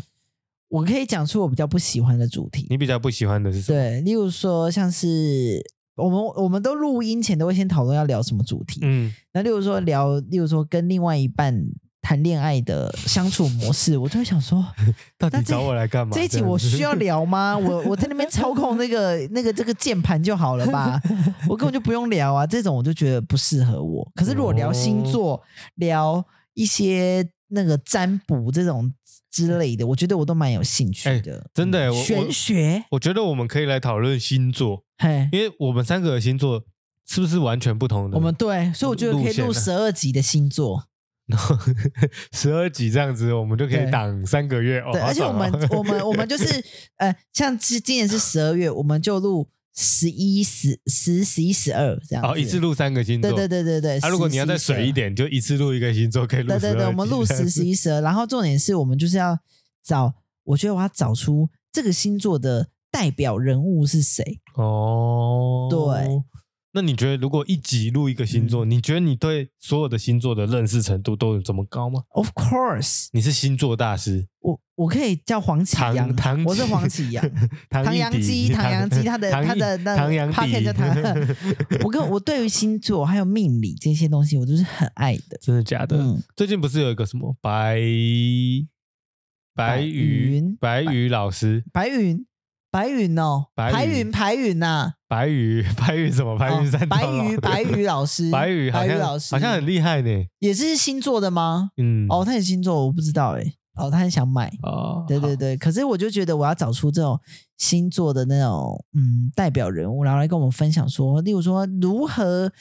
[SPEAKER 1] 我可以讲出我比较不喜欢的主题，
[SPEAKER 2] 你比较不喜欢的是什么？
[SPEAKER 1] 对，例如说像是我们我们都录音前都会先讨论要聊什么主题，
[SPEAKER 2] 嗯，
[SPEAKER 1] 那例如说聊，例如说跟另外一半谈恋爱的相处模式，我就会想说，
[SPEAKER 2] 到
[SPEAKER 1] 那
[SPEAKER 2] 底
[SPEAKER 1] 这
[SPEAKER 2] 找我来干嘛？
[SPEAKER 1] 这一集
[SPEAKER 2] 样
[SPEAKER 1] 我
[SPEAKER 2] 子 [laughs]
[SPEAKER 1] 需要聊吗？我我在那边操控那个那个这个键盘就好了
[SPEAKER 2] [laughs]
[SPEAKER 1] 吧，我根本就不用聊啊，这种我就觉得不适合我。可是如果聊星座，
[SPEAKER 2] 哦
[SPEAKER 1] 聊一些那个占卜这种之类的，我觉得我都蛮有兴趣的。
[SPEAKER 2] 嗯真的欸
[SPEAKER 1] 嗯
[SPEAKER 2] 我我
[SPEAKER 1] 玄学，
[SPEAKER 2] 我觉得我们可以来讨论星座，
[SPEAKER 1] 嘿，
[SPEAKER 2] 因为我们三个的星座是不是完全不同的？
[SPEAKER 1] 我们对，所以我觉得可
[SPEAKER 2] 路
[SPEAKER 1] 以
[SPEAKER 2] 线
[SPEAKER 1] 录
[SPEAKER 2] 啊
[SPEAKER 1] 十二集的星座。
[SPEAKER 2] 十二集这样子，我们就可
[SPEAKER 1] 对
[SPEAKER 2] 以挡三个月哦。
[SPEAKER 1] 对，
[SPEAKER 2] 好
[SPEAKER 1] 而且我
[SPEAKER 2] 爽哦
[SPEAKER 1] 们
[SPEAKER 2] [laughs]
[SPEAKER 1] 我们我们就是呃，像今今年是十二月，我们就录十一、十十、十一、十二这样子。
[SPEAKER 2] 哦，一次录三个星座，
[SPEAKER 1] 对对对对对。
[SPEAKER 2] 啊，如果你要再水一
[SPEAKER 1] 点，
[SPEAKER 2] 点，就一次录一个星座，可以录
[SPEAKER 1] 对对对，
[SPEAKER 2] 12
[SPEAKER 1] 我们录
[SPEAKER 2] 集这样
[SPEAKER 1] 十、
[SPEAKER 2] 子
[SPEAKER 1] 十一、十二，然后重点是我们就是要找，我觉得我要找出这个星座的代表人物是谁。
[SPEAKER 2] 哦，
[SPEAKER 1] 对。
[SPEAKER 2] 那你觉得如果一集录一个星座，你觉得你对所有的星座的认识程度都有这么高吗？
[SPEAKER 1] Of course，
[SPEAKER 2] 你是星座大师，
[SPEAKER 1] 我我可以叫黄启
[SPEAKER 2] 唐
[SPEAKER 1] 阳
[SPEAKER 2] 唐，
[SPEAKER 1] 我是黄
[SPEAKER 2] [laughs]
[SPEAKER 1] 启阳。唐
[SPEAKER 2] 唐
[SPEAKER 1] 扬
[SPEAKER 2] 一迪
[SPEAKER 1] 基，唐
[SPEAKER 2] [laughs]
[SPEAKER 1] 扬基，他的
[SPEAKER 2] 唐一
[SPEAKER 1] 他的那
[SPEAKER 2] 唐
[SPEAKER 1] 个
[SPEAKER 2] 扬
[SPEAKER 1] p o c
[SPEAKER 2] 迪
[SPEAKER 1] 叫唐。
[SPEAKER 2] [laughs]
[SPEAKER 1] 我跟我对于星座还有命理这些东西，我就是很爱的。
[SPEAKER 2] 真的假的？
[SPEAKER 1] 嗯，
[SPEAKER 2] 最近不是有一个什么白白
[SPEAKER 1] 云
[SPEAKER 2] 宇白宇老师，
[SPEAKER 1] 白云，白云哦，
[SPEAKER 2] 白
[SPEAKER 1] 白
[SPEAKER 2] 云
[SPEAKER 1] 云，白云呐，
[SPEAKER 2] 白宇 [laughs] 白宇什么白
[SPEAKER 1] 哦
[SPEAKER 2] 宇三
[SPEAKER 1] 白
[SPEAKER 2] 道
[SPEAKER 1] 宇，
[SPEAKER 2] 老
[SPEAKER 1] 白宇老师，
[SPEAKER 2] [laughs] 白宇好
[SPEAKER 1] 白宇
[SPEAKER 2] 像
[SPEAKER 1] 老师，
[SPEAKER 2] 好像很厉害呢。
[SPEAKER 1] 也是星座的吗？
[SPEAKER 2] 嗯，
[SPEAKER 1] 哦，他也是星座，我不知道哎。哦，他很想买，
[SPEAKER 2] 哦
[SPEAKER 1] 对对
[SPEAKER 2] 好
[SPEAKER 1] 对。可是我就觉得我要找出这种星座的那种嗯代表人物，然后来跟我们分享说，例如说如何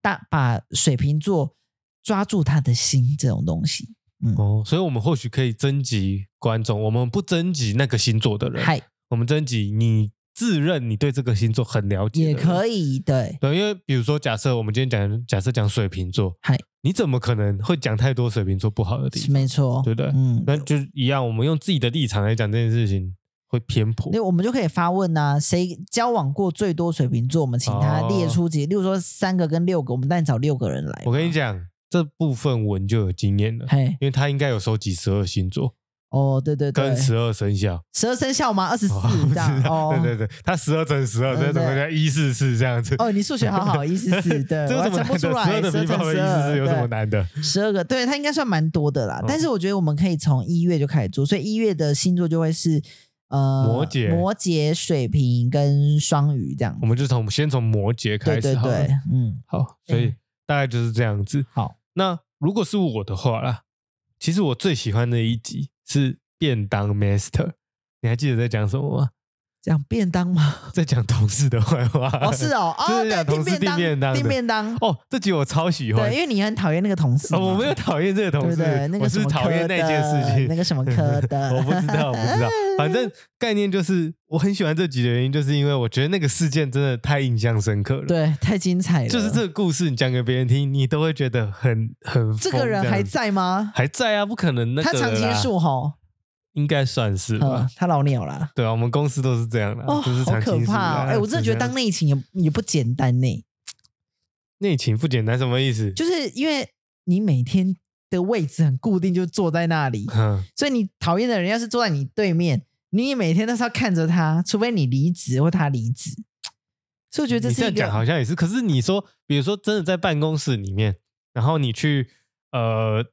[SPEAKER 1] 大把水瓶座抓住他的心这种东西。
[SPEAKER 2] 哦，所以我们或许可以征集观众，我们不征集那个星座的人，
[SPEAKER 1] 嗨，
[SPEAKER 2] 我们征集你自认你对这个星座很了解，
[SPEAKER 1] 也可
[SPEAKER 2] 以。
[SPEAKER 1] 以对，
[SPEAKER 2] 对，因为比如说，假设我们今天讲，假设讲水瓶座，
[SPEAKER 1] 嗨，
[SPEAKER 2] 你怎么可能会讲太多水瓶座不好的地
[SPEAKER 1] 是
[SPEAKER 2] 方？
[SPEAKER 1] 没错，
[SPEAKER 2] 对不对
[SPEAKER 1] 嗯，
[SPEAKER 2] 那就一样，我们用自己的立场来讲这件事情会偏颇
[SPEAKER 1] 那我们就可以发问呐、谁交往过最多水瓶座？我们请他
[SPEAKER 2] 哦
[SPEAKER 1] 列出几，例如说三个跟六个，我们但找六个人来。
[SPEAKER 2] 我跟你，讲，这部分文就有经验了，
[SPEAKER 1] 嘿，
[SPEAKER 2] 因为他应该有收集十二星座
[SPEAKER 1] 哦，对对对
[SPEAKER 2] 跟，十二生肖。
[SPEAKER 1] 十二生肖吗？二十四
[SPEAKER 2] 哦不
[SPEAKER 1] 这
[SPEAKER 2] 知
[SPEAKER 1] 样
[SPEAKER 2] 道
[SPEAKER 1] 哦。
[SPEAKER 2] [laughs] 对对对，他十二乘十二，
[SPEAKER 1] 对
[SPEAKER 2] 再
[SPEAKER 1] 对
[SPEAKER 2] 乘回来一四四这样子。
[SPEAKER 1] 哦，你数学好好，一四
[SPEAKER 2] [laughs]
[SPEAKER 1] 四，对，
[SPEAKER 2] 这
[SPEAKER 1] 我
[SPEAKER 2] 有
[SPEAKER 1] 还
[SPEAKER 2] 什么
[SPEAKER 1] 算
[SPEAKER 2] 难
[SPEAKER 1] 不出来，
[SPEAKER 2] 的？十二
[SPEAKER 1] 十
[SPEAKER 2] 的
[SPEAKER 1] 二
[SPEAKER 2] 平方
[SPEAKER 1] 乘
[SPEAKER 2] 和一
[SPEAKER 1] 十
[SPEAKER 2] 四
[SPEAKER 1] 二
[SPEAKER 2] 四有什么难的？
[SPEAKER 1] 十二个，对他应该算蛮多的啦。
[SPEAKER 2] 嗯
[SPEAKER 1] 但是我觉得我们可以从一月就开始做，所以一月的星座就会是呃
[SPEAKER 2] 摩羯
[SPEAKER 1] 摩羯、水瓶跟双鱼这样
[SPEAKER 2] 我。们就从先从摩羯
[SPEAKER 1] 对
[SPEAKER 2] 开
[SPEAKER 1] 对
[SPEAKER 2] 始好了。
[SPEAKER 1] 对，嗯，
[SPEAKER 2] 好，所以大概就是这样子。
[SPEAKER 1] 好，
[SPEAKER 2] 那如果是我的话啦，其实我最喜欢的一集是便当 master。你还记得在讲什么吗？
[SPEAKER 1] 讲便当
[SPEAKER 2] [laughs]
[SPEAKER 1] 吗？
[SPEAKER 2] 在讲同事的坏话。
[SPEAKER 1] 哦，是哦，哦，
[SPEAKER 2] 就是
[SPEAKER 1] 对，
[SPEAKER 2] 讲同
[SPEAKER 1] 订
[SPEAKER 2] 事
[SPEAKER 1] 便
[SPEAKER 2] 订便当
[SPEAKER 1] 当，
[SPEAKER 2] 的
[SPEAKER 1] 订便当，
[SPEAKER 2] [laughs] 哦，这集我超喜欢
[SPEAKER 1] 对，。因为你很讨厌那个同事嘛，
[SPEAKER 2] [laughs] 哦，我没有讨厌这个同
[SPEAKER 1] 对
[SPEAKER 2] 事，
[SPEAKER 1] 不对？那
[SPEAKER 2] 我
[SPEAKER 1] 个什
[SPEAKER 2] 是
[SPEAKER 1] 么
[SPEAKER 2] 讨厌
[SPEAKER 1] 科
[SPEAKER 2] 那件
[SPEAKER 1] 的
[SPEAKER 2] 事情。
[SPEAKER 1] 那个什么科的，
[SPEAKER 2] [laughs] 我不知道，我不
[SPEAKER 1] [laughs]
[SPEAKER 2] 知道。反正概念就是，我很喜欢这集的原因，就是因为我觉得那个事件真的太印象深刻了。，
[SPEAKER 1] 对，太精彩了，
[SPEAKER 2] 就是这个故事，你讲给别人听，你都会觉得很很疯。
[SPEAKER 1] 这个人还
[SPEAKER 2] 样子
[SPEAKER 1] 在吗？
[SPEAKER 2] 还在啊，不可能那个
[SPEAKER 1] 他常青
[SPEAKER 2] 啦
[SPEAKER 1] 树吼，
[SPEAKER 2] 应该算是吧
[SPEAKER 1] 嗯。，他老鸟
[SPEAKER 2] [laughs]
[SPEAKER 1] 啦。
[SPEAKER 2] 对啊，我们公司都是这样的，
[SPEAKER 1] 哦，
[SPEAKER 2] 就是
[SPEAKER 1] 好
[SPEAKER 2] 常
[SPEAKER 1] 可
[SPEAKER 2] 青树啊
[SPEAKER 1] 怕哦！
[SPEAKER 2] 啦
[SPEAKER 1] 哎，我真的觉得当
[SPEAKER 2] 怎么样
[SPEAKER 1] 内勤也也不简单呢，
[SPEAKER 2] 内勤不简单，什么意思？
[SPEAKER 1] 就是因为你每天的位置很固定，就坐在那
[SPEAKER 2] [laughs]
[SPEAKER 1] 里，
[SPEAKER 2] 嗯，
[SPEAKER 1] 所以你讨厌的人要是坐在你对面，你也每天都是要看着他，除非你离职或他离职。所以我觉得这
[SPEAKER 2] 你
[SPEAKER 1] 是
[SPEAKER 2] 这
[SPEAKER 1] 一
[SPEAKER 2] 样讲
[SPEAKER 1] 个
[SPEAKER 2] 好像也是，可是你说，比如说真的在办公室里面，然后你去呃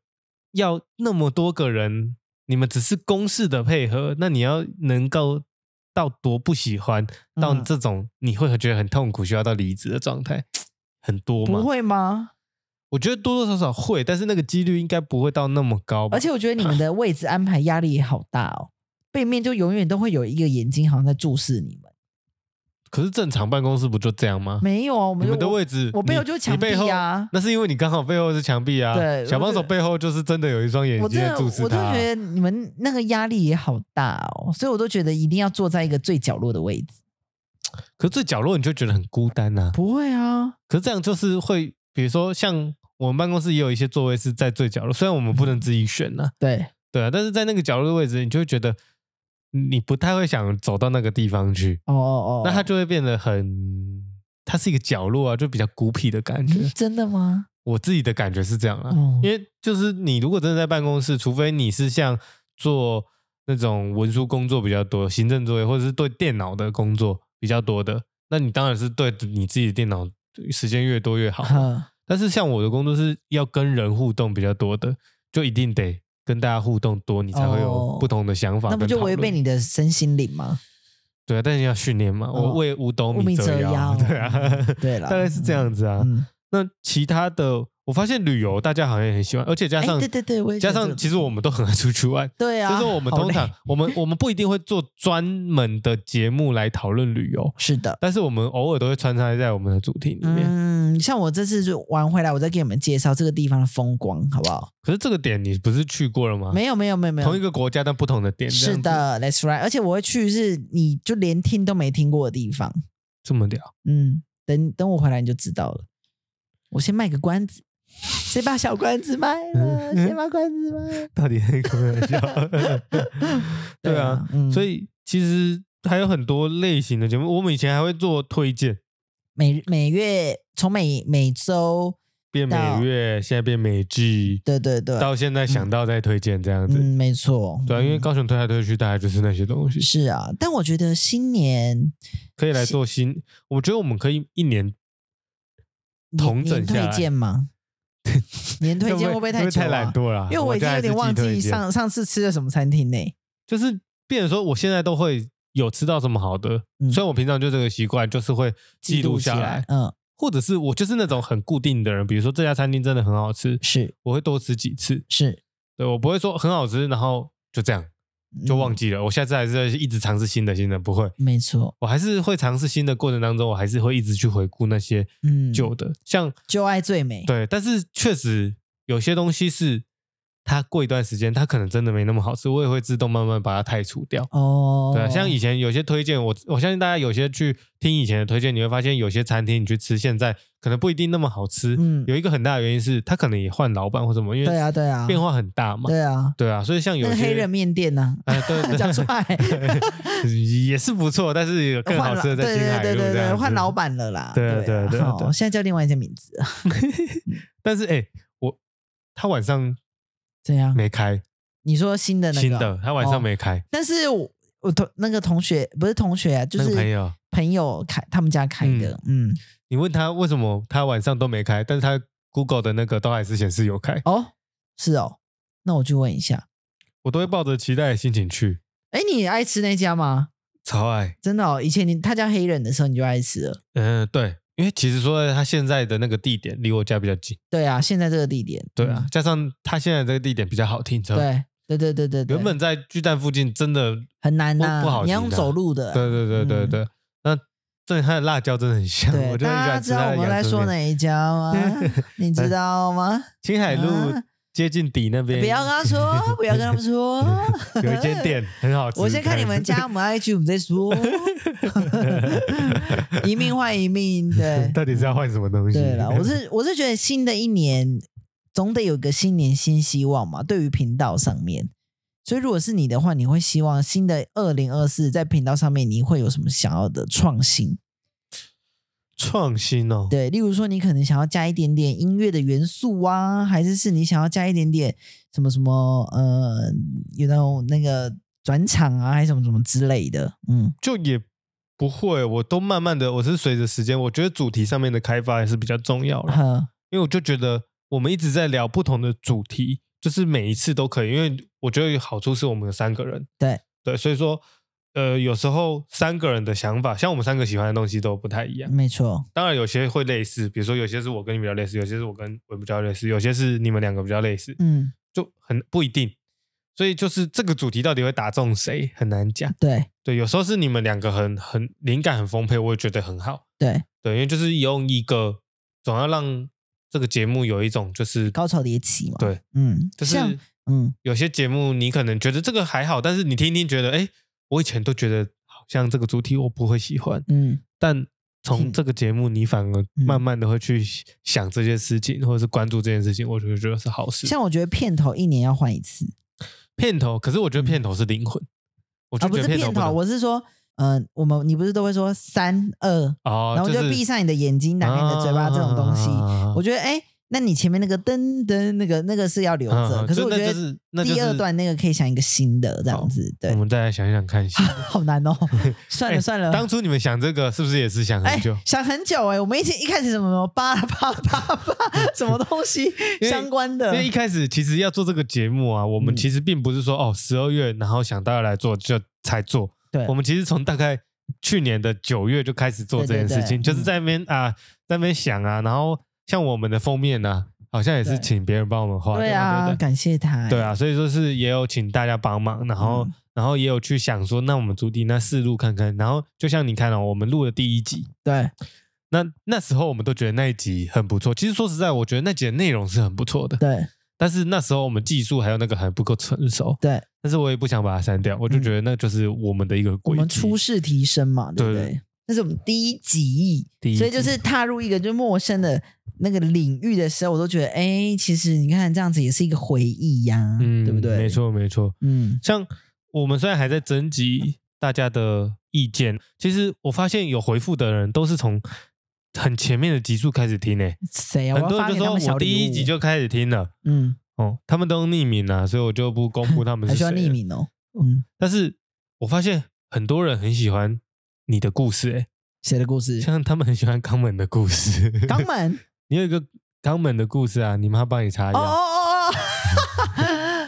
[SPEAKER 2] 要那么多个人，你们只是公事的配合，那你要能够到多不喜欢到
[SPEAKER 1] 嗯
[SPEAKER 2] 这种你会觉得很痛苦，需要到离职的状态，很多吗？
[SPEAKER 1] 不，会吗？
[SPEAKER 2] 我觉得多多少少会，但是那个几率应该不会到那么高吧。
[SPEAKER 1] 而且我觉得你们的位置安排压力也好大哦，背面就永远都会有一个眼睛好像在注视你们。
[SPEAKER 2] 可是正常办公室不就这样吗？
[SPEAKER 1] 没有啊，我
[SPEAKER 2] 你
[SPEAKER 1] 们就
[SPEAKER 2] 们的位置，
[SPEAKER 1] 我背后
[SPEAKER 2] 你
[SPEAKER 1] 就是墙
[SPEAKER 2] 你背后
[SPEAKER 1] 壁啊
[SPEAKER 2] 那是因为你刚好背后是墙壁啊。
[SPEAKER 1] 对
[SPEAKER 2] 小帮手
[SPEAKER 1] 我就
[SPEAKER 2] 背后就是真的有一双眼
[SPEAKER 1] 我
[SPEAKER 2] 睛
[SPEAKER 1] 真
[SPEAKER 2] 在
[SPEAKER 1] 的
[SPEAKER 2] 注视
[SPEAKER 1] 我
[SPEAKER 2] 他
[SPEAKER 1] 真
[SPEAKER 2] 啊、
[SPEAKER 1] 的觉得你们那个压力也好大哦，所以我都觉得一定要坐在一个最角落的位置。
[SPEAKER 2] 可是最角落你就觉得很孤单呐、
[SPEAKER 1] 不会啊，
[SPEAKER 2] 可是这样就是会，比如说像我们办公室也有一些座位是在最角落，虽然我们不能自己选呐、
[SPEAKER 1] 对，
[SPEAKER 2] 对啊，但是在那个角落的位置，你就会觉得你不太会想走到那个地方去，
[SPEAKER 1] 哦哦哦，
[SPEAKER 2] 那它就会变得很，它是一个角落啊，就比较孤僻的感觉
[SPEAKER 1] 嗯。真的吗？
[SPEAKER 2] 我自己的感觉是这样啊，
[SPEAKER 1] 哦
[SPEAKER 2] 因为就是你如果真的在办公室，除非你是像做那种文书工作比较多、行政作业，或者是对电脑的工作比较多的，那你当然是对你自己的电脑时间越多越好。
[SPEAKER 1] 呵
[SPEAKER 2] 但是像我的工作是要跟人互动比较多的，就一定得跟大家互动多，你才会有
[SPEAKER 1] 哦
[SPEAKER 2] 不同的想法、
[SPEAKER 1] 那不就违背？你的身心灵吗？
[SPEAKER 2] 对啊，但是你要训练嘛，
[SPEAKER 1] 哦
[SPEAKER 2] 我为五斗
[SPEAKER 1] 无
[SPEAKER 2] 米
[SPEAKER 1] 米
[SPEAKER 2] 折
[SPEAKER 1] 折
[SPEAKER 2] 腰，
[SPEAKER 1] 腰嗯
[SPEAKER 2] 对啊，
[SPEAKER 1] 对啦
[SPEAKER 2] [laughs] 大概是这样子啊。
[SPEAKER 1] 嗯，
[SPEAKER 2] 那其他的，我发现旅游大家好像也很喜欢，而且加
[SPEAKER 1] 哎
[SPEAKER 2] 上、
[SPEAKER 1] 对对对我也觉得
[SPEAKER 2] 加
[SPEAKER 1] 这
[SPEAKER 2] 上
[SPEAKER 1] 个
[SPEAKER 2] 其实我们都很爱出去玩，
[SPEAKER 1] 对啊，
[SPEAKER 2] 就是我们
[SPEAKER 1] 好
[SPEAKER 2] 通
[SPEAKER 1] 累
[SPEAKER 2] 常我们我们不一定会做专门的节目来讨论旅游，
[SPEAKER 1] 是的。
[SPEAKER 2] 但是我们偶尔都会穿插在我们的主题里面。
[SPEAKER 1] 嗯，像我这次就玩回来，我再给你们介绍这个地方的风光，好不好？
[SPEAKER 2] 可是这个点你不是去过了吗？
[SPEAKER 1] 没有没有没有没有，
[SPEAKER 2] 啊同一个国家但不同的点，这
[SPEAKER 1] 是
[SPEAKER 2] 样子，
[SPEAKER 1] 的，That's right。而且我会去是你就连听都没听过的地方。
[SPEAKER 2] 这么屌，
[SPEAKER 1] 嗯，等等我回来你就知道了。我先卖个关子，谁把小关子卖了？谁把关子卖了？
[SPEAKER 2] 到底很搞 [laughs] 笑？
[SPEAKER 1] [laughs]
[SPEAKER 2] 对啊，
[SPEAKER 1] 嗯
[SPEAKER 2] 所以其实还有很多类型的节目，我们以前还会做推荐，
[SPEAKER 1] 每每月从每每周，
[SPEAKER 2] 变美
[SPEAKER 1] 到
[SPEAKER 2] 月，现在变美剧，
[SPEAKER 1] 对对对，
[SPEAKER 2] 到现在想到再推荐这样子。
[SPEAKER 1] 嗯，没错，
[SPEAKER 2] 对啊，因为
[SPEAKER 1] 嗯
[SPEAKER 2] 高雄推来推去，大概就是那些东西，
[SPEAKER 1] 是啊，但我觉得新年
[SPEAKER 2] 可以来做新。我觉得我们可以一年同
[SPEAKER 1] 年
[SPEAKER 2] 整
[SPEAKER 1] 年
[SPEAKER 2] 下来
[SPEAKER 1] 推荐
[SPEAKER 2] [laughs]
[SPEAKER 1] 吗？年推荐会不会太久
[SPEAKER 2] 太懒
[SPEAKER 1] 啊？
[SPEAKER 2] 惰了？
[SPEAKER 1] 因为我已经有点忘记上上次吃了什么餐厅呢、
[SPEAKER 2] 就是变成说，我现在都会有吃到什么好的，
[SPEAKER 1] 嗯
[SPEAKER 2] 虽然我平常就这个习惯，就是会记录
[SPEAKER 1] 起
[SPEAKER 2] 下来，
[SPEAKER 1] 嗯，
[SPEAKER 2] 或者是我就是那种很固定的人，比如说这家餐厅真的很好吃，
[SPEAKER 1] 是
[SPEAKER 2] 我会多吃几次，
[SPEAKER 1] 是，
[SPEAKER 2] 对我不会说很好吃，然后就这样。就忘记了。我下次还是要一直尝试新的新的，不会，
[SPEAKER 1] 嗯没错，
[SPEAKER 2] 我还是会尝试新的过程当中，我还是会一直去回顾那些
[SPEAKER 1] 嗯，
[SPEAKER 2] 旧的，像
[SPEAKER 1] 旧爱最美，
[SPEAKER 2] 对，但是确实有些东西是它过一段时间，它可能真的没那么好吃，我也会自动慢慢把它汰除掉。
[SPEAKER 1] 哦，
[SPEAKER 2] 对啊，像以前有些推荐，我我相信大家有些去听以前的推荐，你会发现有些餐厅你去吃，现在可能不一定那么好吃。
[SPEAKER 1] 嗯
[SPEAKER 2] 有一个很大的原因是，他可能也换老板或什么，因为
[SPEAKER 1] 对啊对啊
[SPEAKER 2] 变化很大嘛。
[SPEAKER 1] 对啊，
[SPEAKER 2] 对啊，所以像有
[SPEAKER 1] 那
[SPEAKER 2] 些
[SPEAKER 1] 个黑人面店
[SPEAKER 2] [laughs]
[SPEAKER 1] 呢，
[SPEAKER 2] 哎，对
[SPEAKER 1] [laughs]
[SPEAKER 2] 对
[SPEAKER 1] 讲出来
[SPEAKER 2] [laughs] 也是不错，但是有更
[SPEAKER 1] 换
[SPEAKER 2] 好
[SPEAKER 1] 了，
[SPEAKER 2] 吃的
[SPEAKER 1] 对
[SPEAKER 2] 在
[SPEAKER 1] 对
[SPEAKER 2] 青海
[SPEAKER 1] 对
[SPEAKER 2] 路
[SPEAKER 1] 对
[SPEAKER 2] 这样
[SPEAKER 1] 对，
[SPEAKER 2] 子
[SPEAKER 1] 换老。板了啦，
[SPEAKER 2] 对啊
[SPEAKER 1] 对
[SPEAKER 2] 对啊对啊
[SPEAKER 1] 好
[SPEAKER 2] 对啊
[SPEAKER 1] 现在叫另外一些名字，啊
[SPEAKER 2] 但是哎、我他晚上
[SPEAKER 1] 怎样？
[SPEAKER 2] 没开
[SPEAKER 1] 你说新的那个
[SPEAKER 2] 嗯
[SPEAKER 1] 哦
[SPEAKER 2] 新的，他晚上没开，
[SPEAKER 1] 但是我我同那个同学不是同学啊，就
[SPEAKER 2] 那
[SPEAKER 1] 是
[SPEAKER 2] 个朋友。
[SPEAKER 1] 朋友开他们家开的，嗯，
[SPEAKER 2] 你问他为什么他晚上都没开，但是他 Google 的那个都还是显示有开，
[SPEAKER 1] 哦，是哦，那我去问一下，
[SPEAKER 2] 我都会抱着期待的心情去，
[SPEAKER 1] 哎，你爱吃那家吗？
[SPEAKER 2] 超爱。
[SPEAKER 1] 真的哦，以前你他家黑人的时候你就爱吃了，
[SPEAKER 2] 嗯、对，因为其实说他现在的那个地点离我家比较近，
[SPEAKER 1] 对啊，现在这个地点，
[SPEAKER 2] 对啊，加上他现在这个地点比较好停车。
[SPEAKER 1] 嗯，对对对对对对，
[SPEAKER 2] 原本在巨蛋附近真的，
[SPEAKER 1] 很难
[SPEAKER 2] 不
[SPEAKER 1] 呐、
[SPEAKER 2] 不好
[SPEAKER 1] 你要
[SPEAKER 2] 停
[SPEAKER 1] 用
[SPEAKER 2] 的
[SPEAKER 1] 走路的啊，
[SPEAKER 2] 对对对对
[SPEAKER 1] 嗯
[SPEAKER 2] 对，那这他的辣椒真的很 [laughs] 香，我
[SPEAKER 1] 对，
[SPEAKER 2] 就很
[SPEAKER 1] 大家
[SPEAKER 2] 想吃
[SPEAKER 1] 知
[SPEAKER 2] 他
[SPEAKER 1] 道
[SPEAKER 2] 的
[SPEAKER 1] 我们
[SPEAKER 2] 阳
[SPEAKER 1] 在
[SPEAKER 2] 春
[SPEAKER 1] 说
[SPEAKER 2] 面
[SPEAKER 1] 哪一家吗？
[SPEAKER 2] [laughs]
[SPEAKER 1] 你知道吗？
[SPEAKER 2] 青海路
[SPEAKER 1] 啊
[SPEAKER 2] 接近底那边，。
[SPEAKER 1] 不要跟他说，不要跟他们说
[SPEAKER 2] [laughs] 有一间，店很好吃，
[SPEAKER 1] 我先看你们
[SPEAKER 2] [laughs]
[SPEAKER 1] 家，我们 IG 我们再说。一命换一命，对
[SPEAKER 2] 到底是要换什么东西？哎
[SPEAKER 1] 对了，我是我是觉得新的一年总得有个新年新希望嘛，对于频道上面。所以，如果是你的话，你会希望新的二零二四在频道上面你会有什么想要的创新？
[SPEAKER 2] 创新哦，
[SPEAKER 1] 对，例如说你可能想要加一点点音乐的元素啊，还是是你想要加一点点什么什么呃，有那种那个转场啊，还是什么什么之类的。嗯，
[SPEAKER 2] 就也不会，我都慢慢的，我是随着时间，我觉得主题上面的开发还是比较重要啦，
[SPEAKER 1] 呵，
[SPEAKER 2] 因为我就觉得我们一直在聊不同的主题，就是每一次都可以，因为我觉得好处是我们有三个人，
[SPEAKER 1] 对
[SPEAKER 2] 对，所以说呃，有时候三个人的想法，像我们三个喜欢的东西都不太一样，
[SPEAKER 1] 没错，
[SPEAKER 2] 当然有些会类似，比如说有些是我跟你比较类似，有些是我跟我比较类似，有些是你们两个比较类似，
[SPEAKER 1] 嗯，
[SPEAKER 2] 就很不一定。所以就是这个主题到底会打中谁很难讲。
[SPEAKER 1] 对
[SPEAKER 2] 对，有时候是你们两个很很灵感很丰沛，我也觉得很好。
[SPEAKER 1] 对，
[SPEAKER 2] 对，因为就是用一个总要让这个节目有一种就是
[SPEAKER 1] 高潮迭起嘛。
[SPEAKER 2] 对，
[SPEAKER 1] 嗯，
[SPEAKER 2] 就是
[SPEAKER 1] 像嗯，
[SPEAKER 2] 有些节目你可能觉得这个还好，但是你听一听觉得，哎，我以前都觉得好像这个主题我不会喜欢，
[SPEAKER 1] 嗯，
[SPEAKER 2] 但从
[SPEAKER 1] 听
[SPEAKER 2] 这个节目，你反而
[SPEAKER 1] 嗯
[SPEAKER 2] 慢慢的会去想这些事情，或者是关注这件事情，我觉得觉得是好事。
[SPEAKER 1] 像我觉得片头一年要换一次
[SPEAKER 2] 片头，可是我觉得片头是灵魂，我
[SPEAKER 1] 啊，
[SPEAKER 2] 就
[SPEAKER 1] 不
[SPEAKER 2] 觉
[SPEAKER 1] 是
[SPEAKER 2] 得头
[SPEAKER 1] 片
[SPEAKER 2] 不能
[SPEAKER 1] 头，我是说，嗯，我们你不是都会说三二，
[SPEAKER 2] 哦，
[SPEAKER 1] 然后
[SPEAKER 2] 就是
[SPEAKER 1] 就闭上你的眼睛，打开你的嘴巴这种东西。
[SPEAKER 2] 啊
[SPEAKER 1] 我觉得哎、诶那你前面那个噔噔那个那个是要留着，
[SPEAKER 2] 嗯
[SPEAKER 1] 可是我觉
[SPEAKER 2] 就那
[SPEAKER 1] 得
[SPEAKER 2] 就是那就是
[SPEAKER 1] 第二段那个可以想一个新的这样子，对
[SPEAKER 2] 我，们再来想想看。
[SPEAKER 1] 好难哦， [laughs] 算了
[SPEAKER 2] 哎
[SPEAKER 1] 算了，
[SPEAKER 2] 当初你们想这个是不是也是想
[SPEAKER 1] 哎、
[SPEAKER 2] 很久？
[SPEAKER 1] 想很久哎、我们一起一开始什么什么叭啦叭啦叭啦叭什么东西
[SPEAKER 2] 为
[SPEAKER 1] 相关
[SPEAKER 2] 因
[SPEAKER 1] 的，
[SPEAKER 2] 为一开始其实要做这个节目啊，我们
[SPEAKER 1] 嗯
[SPEAKER 2] 其实并不是说哦十二月然后想到要来做就才做，
[SPEAKER 1] 对
[SPEAKER 2] 我们其实从大概去年的九月就开始做这
[SPEAKER 1] 对对
[SPEAKER 2] 件事情，
[SPEAKER 1] 对
[SPEAKER 2] 就是
[SPEAKER 1] 嗯
[SPEAKER 2] 在那边啊，在那边想啊，然后像我们的封面呢、好像也是
[SPEAKER 1] 对
[SPEAKER 2] 请别人帮我们画的嘛，
[SPEAKER 1] 对啊，
[SPEAKER 2] 对不对
[SPEAKER 1] 感谢他、
[SPEAKER 2] 对啊，，所以说是也有请大家帮忙，然后、
[SPEAKER 1] 嗯
[SPEAKER 2] 然后也有去想说，那我们主题那试录看看，然后就像你看了、我们录的第一集，
[SPEAKER 1] 对，
[SPEAKER 2] 那那时候我们都觉得那一集很不错，其实说实在，我觉得那集的内容是很不错的，
[SPEAKER 1] 对
[SPEAKER 2] 但是那时候我们技术还有那个还不够成熟，
[SPEAKER 1] 对，
[SPEAKER 2] 但是我也不想把它删掉，我就觉得那就是我们的一个
[SPEAKER 1] 嗯我
[SPEAKER 2] 轨迹。
[SPEAKER 1] 们初试提升嘛，对不
[SPEAKER 2] 对
[SPEAKER 1] 对？那是我们第一集，
[SPEAKER 2] 第一
[SPEAKER 1] 所以就
[SPEAKER 2] 集
[SPEAKER 1] 是踏入一个就陌生的那个领域的时候，我都觉得，哎，其实你看这样子也是一个回忆呀、
[SPEAKER 2] 嗯，
[SPEAKER 1] 对不对？
[SPEAKER 2] 没，错，没错。
[SPEAKER 1] 嗯，
[SPEAKER 2] 像我们虽然还在征集大家的意见，其实我发现有回复的人都是从很前面的集数开始听诶、
[SPEAKER 1] 谁啊？
[SPEAKER 2] 很
[SPEAKER 1] 我
[SPEAKER 2] 多
[SPEAKER 1] 要发
[SPEAKER 2] 人
[SPEAKER 1] 给
[SPEAKER 2] 就
[SPEAKER 1] 他
[SPEAKER 2] 说
[SPEAKER 1] 们小
[SPEAKER 2] 我
[SPEAKER 1] 礼物
[SPEAKER 2] 第一集就开始听了。
[SPEAKER 1] 嗯，
[SPEAKER 2] 哦，他们都匿名啊，所以我就不公布他
[SPEAKER 1] [laughs]
[SPEAKER 2] 们
[SPEAKER 1] 还需
[SPEAKER 2] 是谁啊
[SPEAKER 1] 要
[SPEAKER 2] 了。
[SPEAKER 1] 匿名哦。嗯，
[SPEAKER 2] 但是我发现很多人很喜欢你的故事、欸，
[SPEAKER 1] 谁的故事？
[SPEAKER 2] [laughs] 像他们很喜欢肛门的故事。
[SPEAKER 1] 肛，门？
[SPEAKER 2] [laughs] 你有一个肛门的故事啊，你妈帮你查一
[SPEAKER 1] 哦
[SPEAKER 2] 下。
[SPEAKER 1] 哦哦
[SPEAKER 2] [laughs]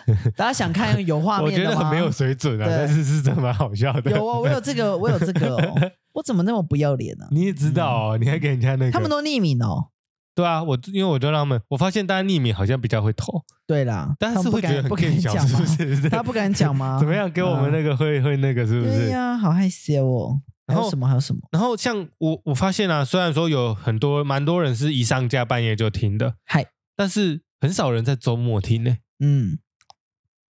[SPEAKER 1] 哦！大家想看有画
[SPEAKER 2] 我
[SPEAKER 1] 面
[SPEAKER 2] 觉
[SPEAKER 1] 的吗？
[SPEAKER 2] 得很没有水准啊，
[SPEAKER 1] 对
[SPEAKER 2] 但是是真的蛮好笑的。
[SPEAKER 1] 有哦，我有这个，我有
[SPEAKER 2] [laughs]
[SPEAKER 1] 这个哦。我怎么那么不要脸呢、
[SPEAKER 2] 你也知道哦，你还给人家那个，
[SPEAKER 1] 他们都匿名哦。
[SPEAKER 2] 对啊，我因为我就让他们，我发现大家匿名好像比较会投，
[SPEAKER 1] 对啦，
[SPEAKER 2] 但
[SPEAKER 1] 他
[SPEAKER 2] 是
[SPEAKER 1] 们不
[SPEAKER 2] 会觉得
[SPEAKER 1] 敢
[SPEAKER 2] 很
[SPEAKER 1] 不敢
[SPEAKER 2] gay 小，
[SPEAKER 1] 讲
[SPEAKER 2] 是
[SPEAKER 1] 吗
[SPEAKER 2] 不？
[SPEAKER 1] [laughs]
[SPEAKER 2] 是？
[SPEAKER 1] 他不敢讲吗？
[SPEAKER 2] [laughs] 怎么样？给我们那个会会那个是不
[SPEAKER 1] 对
[SPEAKER 2] 是？
[SPEAKER 1] 呀，好害羞哦。还
[SPEAKER 2] 然后
[SPEAKER 1] 有什么？还有什么？
[SPEAKER 2] 然后像我我发现啊，虽然说有很多蛮多人是一上架半夜就听的，
[SPEAKER 1] 嗨，
[SPEAKER 2] 但是很少人在周末听呢、
[SPEAKER 1] 嗯，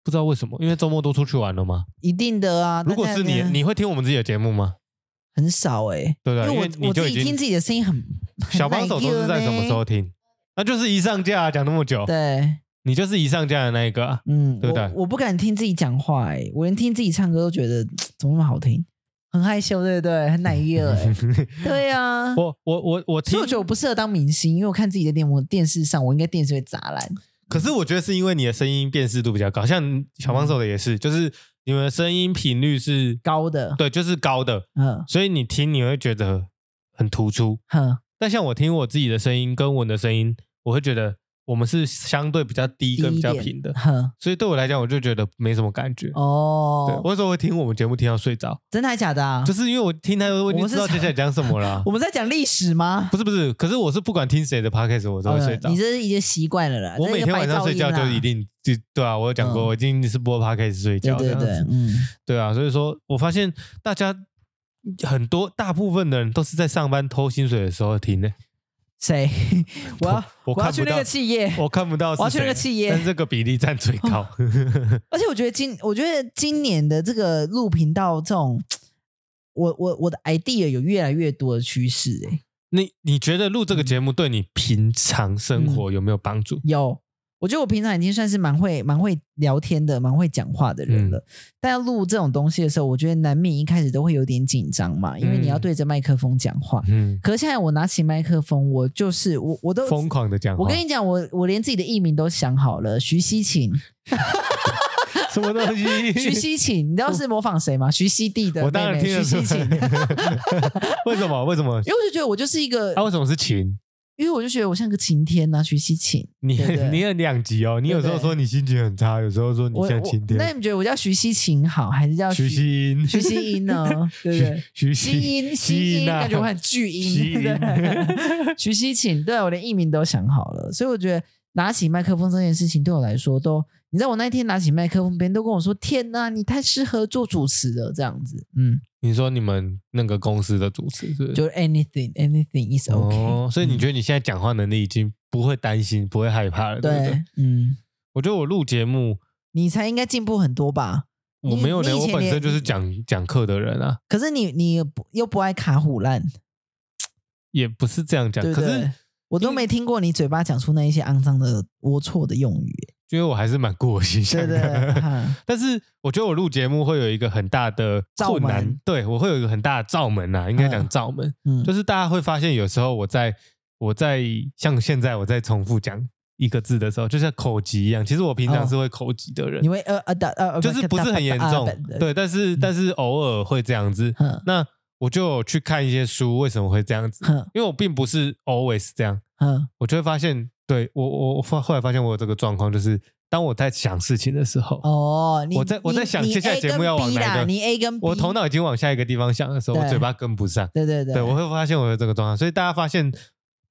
[SPEAKER 2] 不知道为什么，因为周末都出去玩了嘛。
[SPEAKER 1] 一定的啊。
[SPEAKER 2] 如果是你，
[SPEAKER 1] 大家
[SPEAKER 2] 你会听我们自己的节目吗？
[SPEAKER 1] 很少哎，
[SPEAKER 2] 对不
[SPEAKER 1] 因
[SPEAKER 2] 对？因
[SPEAKER 1] 为
[SPEAKER 2] 为
[SPEAKER 1] 我
[SPEAKER 2] 你
[SPEAKER 1] 我
[SPEAKER 2] 就
[SPEAKER 1] 自
[SPEAKER 2] 已
[SPEAKER 1] 己听
[SPEAKER 2] 经
[SPEAKER 1] 自己的声音很
[SPEAKER 2] 小帮手都是在什么
[SPEAKER 1] 很懒
[SPEAKER 2] 时？
[SPEAKER 1] 惰
[SPEAKER 2] 候
[SPEAKER 1] 呢
[SPEAKER 2] 听？那就是一上架啊讲那么久，
[SPEAKER 1] 对，
[SPEAKER 2] 你就是一上架的那一个、啊。
[SPEAKER 1] 嗯，
[SPEAKER 2] 对不对
[SPEAKER 1] 我我不敢听自己讲话、欸，我连听自己唱歌都觉得怎么那么好听，很害羞，对不对？很奶热、
[SPEAKER 2] [laughs]
[SPEAKER 1] 欸，对啊。
[SPEAKER 2] 我我我我
[SPEAKER 1] 所
[SPEAKER 2] 听
[SPEAKER 1] 以我，觉得我不适合当明星，因为我看自己的电我电视上，我应该电视会砸烂。
[SPEAKER 2] 可是我觉得是因为你的声音辨识度比较高，像小帮手的也是，就是你们的声音频率是
[SPEAKER 1] 高的
[SPEAKER 2] 对，就是高的，
[SPEAKER 1] 嗯
[SPEAKER 2] 所以你听你会觉得很突出。
[SPEAKER 1] 哼，
[SPEAKER 2] 但像我听我自己的声音跟我的声音，我会觉得我们是相对比较低
[SPEAKER 1] 低
[SPEAKER 2] 跟比
[SPEAKER 1] 一
[SPEAKER 2] 较
[SPEAKER 1] 点
[SPEAKER 2] 平的，
[SPEAKER 1] 哼
[SPEAKER 2] 所以对我来讲我就觉得没什么感觉。对，
[SPEAKER 1] 哦，
[SPEAKER 2] 我有时候会听我们节目听到睡着，
[SPEAKER 1] 真的还假的啊？
[SPEAKER 2] 就是因为我听他，我已
[SPEAKER 1] 我
[SPEAKER 2] 经
[SPEAKER 1] 们
[SPEAKER 2] 知
[SPEAKER 1] 是
[SPEAKER 2] 道接下来讲什么 [laughs] 了
[SPEAKER 1] [laughs] 我。们在讲历史吗？嗯
[SPEAKER 2] 不是不是，可是我是不管听谁的 podcast，我都会睡着
[SPEAKER 1] 哦你。这是已经习惯了啦。这
[SPEAKER 2] 我
[SPEAKER 1] 是
[SPEAKER 2] 每
[SPEAKER 1] 一个
[SPEAKER 2] 天晚上
[SPEAKER 1] 白噪
[SPEAKER 2] 睡
[SPEAKER 1] 音啊
[SPEAKER 2] 觉就
[SPEAKER 1] 啦
[SPEAKER 2] 一定就对啊，我有讲过，
[SPEAKER 1] 嗯
[SPEAKER 2] 我一定是播 podcast 睡
[SPEAKER 1] 对
[SPEAKER 2] 觉
[SPEAKER 1] 对
[SPEAKER 2] 这样
[SPEAKER 1] 对
[SPEAKER 2] 子，。
[SPEAKER 1] 嗯，
[SPEAKER 2] 对啊，所以说我发现大家很多大部分的人都是在上班偷薪水的时候听的。
[SPEAKER 1] 谁？
[SPEAKER 2] [laughs]
[SPEAKER 1] 我要
[SPEAKER 2] 我
[SPEAKER 1] 要
[SPEAKER 2] 看
[SPEAKER 1] 去
[SPEAKER 2] 不
[SPEAKER 1] 那
[SPEAKER 2] 到
[SPEAKER 1] 个，企业，
[SPEAKER 2] 我看不到
[SPEAKER 1] 我要去
[SPEAKER 2] 是
[SPEAKER 1] 那
[SPEAKER 2] 谁，
[SPEAKER 1] 个企业哦
[SPEAKER 2] 但是这个比例占最高。
[SPEAKER 1] [laughs] 而且我觉得今，我觉得今年的这个录频道这种，我我我的 idea 有越来越多的趋势、欸，
[SPEAKER 2] [laughs] 你你觉得录这
[SPEAKER 1] 嗯
[SPEAKER 2] 个节目对你平常生活有没有帮助？
[SPEAKER 1] 有。我觉得我平常已经算是蛮会蛮会聊天的，蛮会讲话的人了。
[SPEAKER 2] 嗯
[SPEAKER 1] 但要录这种东西的时候，我觉得难免一开始都会有点紧张嘛，因为你要
[SPEAKER 2] 嗯
[SPEAKER 1] 对着麦克风讲话。
[SPEAKER 2] 嗯，
[SPEAKER 1] 可是现在我拿起麦克风，我就是我我都
[SPEAKER 2] 疯狂的讲话，
[SPEAKER 1] 我跟你讲，我我连自己的艺名都想好了，徐希
[SPEAKER 2] [laughs]
[SPEAKER 1] 晴，
[SPEAKER 2] 什么东西？
[SPEAKER 1] [laughs] 徐希晴，你知道是模仿谁吗？徐熙娣的
[SPEAKER 2] 我
[SPEAKER 1] 妹
[SPEAKER 2] 当然
[SPEAKER 1] 妹
[SPEAKER 2] 听
[SPEAKER 1] 徐
[SPEAKER 2] 得出
[SPEAKER 1] 希
[SPEAKER 2] 来
[SPEAKER 1] 晴，因
[SPEAKER 2] [laughs] 为什么？为什么？
[SPEAKER 1] 为我就觉得我就是一个
[SPEAKER 2] 啊，为什么是琴？
[SPEAKER 1] 因为我就觉得我像个晴天呐、啊，徐熙晴。
[SPEAKER 2] 你
[SPEAKER 1] 对对
[SPEAKER 2] [laughs] 你很两极哦，你有时候
[SPEAKER 1] 对对
[SPEAKER 2] 说你心情很差，有时候说你
[SPEAKER 1] 我
[SPEAKER 2] 像
[SPEAKER 1] 我
[SPEAKER 2] 晴
[SPEAKER 1] 那
[SPEAKER 2] 天。
[SPEAKER 1] 你们觉得我叫徐熙晴好，还是叫
[SPEAKER 2] 徐熙英，
[SPEAKER 1] 徐熙英
[SPEAKER 2] [laughs]
[SPEAKER 1] 呢？对不对？
[SPEAKER 2] 徐
[SPEAKER 1] 熙英，熙英，
[SPEAKER 2] 啊
[SPEAKER 1] 感觉我很巨
[SPEAKER 2] [laughs] 徐
[SPEAKER 1] 婴，
[SPEAKER 2] 英
[SPEAKER 1] 对不对？ [laughs] 徐熙晴，对我连艺名都想好了，所以我觉得拿起麦克风这件事情对我来说都，你知道我那一天拿起麦克风，别人都跟我说：“天呐，你太适合做主持了。”这样子，嗯，
[SPEAKER 2] 你说你们那个公司的主持是不是
[SPEAKER 1] 就是嗯 anything anything is okay，、
[SPEAKER 2] 哦，所以你觉得你现在讲话能力已经不会担心、不会害怕了，对不对
[SPEAKER 1] 对？，嗯，
[SPEAKER 2] 我觉得我录节目，
[SPEAKER 1] 你才应该进步很多吧？
[SPEAKER 2] 我没有
[SPEAKER 1] 你
[SPEAKER 2] 呢，
[SPEAKER 1] 你以
[SPEAKER 2] 我
[SPEAKER 1] 前
[SPEAKER 2] 本身
[SPEAKER 1] 连
[SPEAKER 2] 就是讲讲课的人啊，
[SPEAKER 1] 可是你你不又不爱卡虎烂，
[SPEAKER 2] 也不是这样讲。
[SPEAKER 1] 对不
[SPEAKER 2] 可是
[SPEAKER 1] 对？我都没听过你嘴巴讲出那一些肮脏的龌龊的用语，
[SPEAKER 2] 因为我还是蛮顾我形
[SPEAKER 1] 对
[SPEAKER 2] 象
[SPEAKER 1] 不
[SPEAKER 2] 的，
[SPEAKER 1] 对？哈
[SPEAKER 2] [laughs] 但是我觉得我录节目会有一个很大的
[SPEAKER 1] 罩
[SPEAKER 2] 困
[SPEAKER 1] 门
[SPEAKER 2] 难，对我会有一个很大的罩门啊，应该讲
[SPEAKER 1] 嗯
[SPEAKER 2] 罩门，
[SPEAKER 1] 嗯，
[SPEAKER 2] 就是大家会发现有时候我在我在像现在我在重复讲一个字的时候，就像口疾一样，其实我平常
[SPEAKER 1] 哦
[SPEAKER 2] 是会口疾的人
[SPEAKER 1] 你，会呃呃的呃，
[SPEAKER 2] 就是不是很严重，对，但是但是偶尔会这样子。
[SPEAKER 1] 哼
[SPEAKER 2] 那我就有去看一些书，为什么会这样子？
[SPEAKER 1] 哼
[SPEAKER 2] 因为我并不是 always 这样，
[SPEAKER 1] 哼，
[SPEAKER 2] 我就会发现，对我我我发后来发现我有这个状况，就是当我在想事情的时候，
[SPEAKER 1] 哦，你
[SPEAKER 2] 我在我在
[SPEAKER 1] 你
[SPEAKER 2] 想
[SPEAKER 1] 你
[SPEAKER 2] 接下来
[SPEAKER 1] A
[SPEAKER 2] 节目
[SPEAKER 1] 跟
[SPEAKER 2] 要往
[SPEAKER 1] B
[SPEAKER 2] 哪一
[SPEAKER 1] 啦
[SPEAKER 2] 个
[SPEAKER 1] 你 A 跟 B，
[SPEAKER 2] 我头脑已经往下一个地方想的时候，我
[SPEAKER 1] 对
[SPEAKER 2] 嘴巴跟不上，
[SPEAKER 1] 对对对，
[SPEAKER 2] 对我会发现我有这个状况，所以大家发现，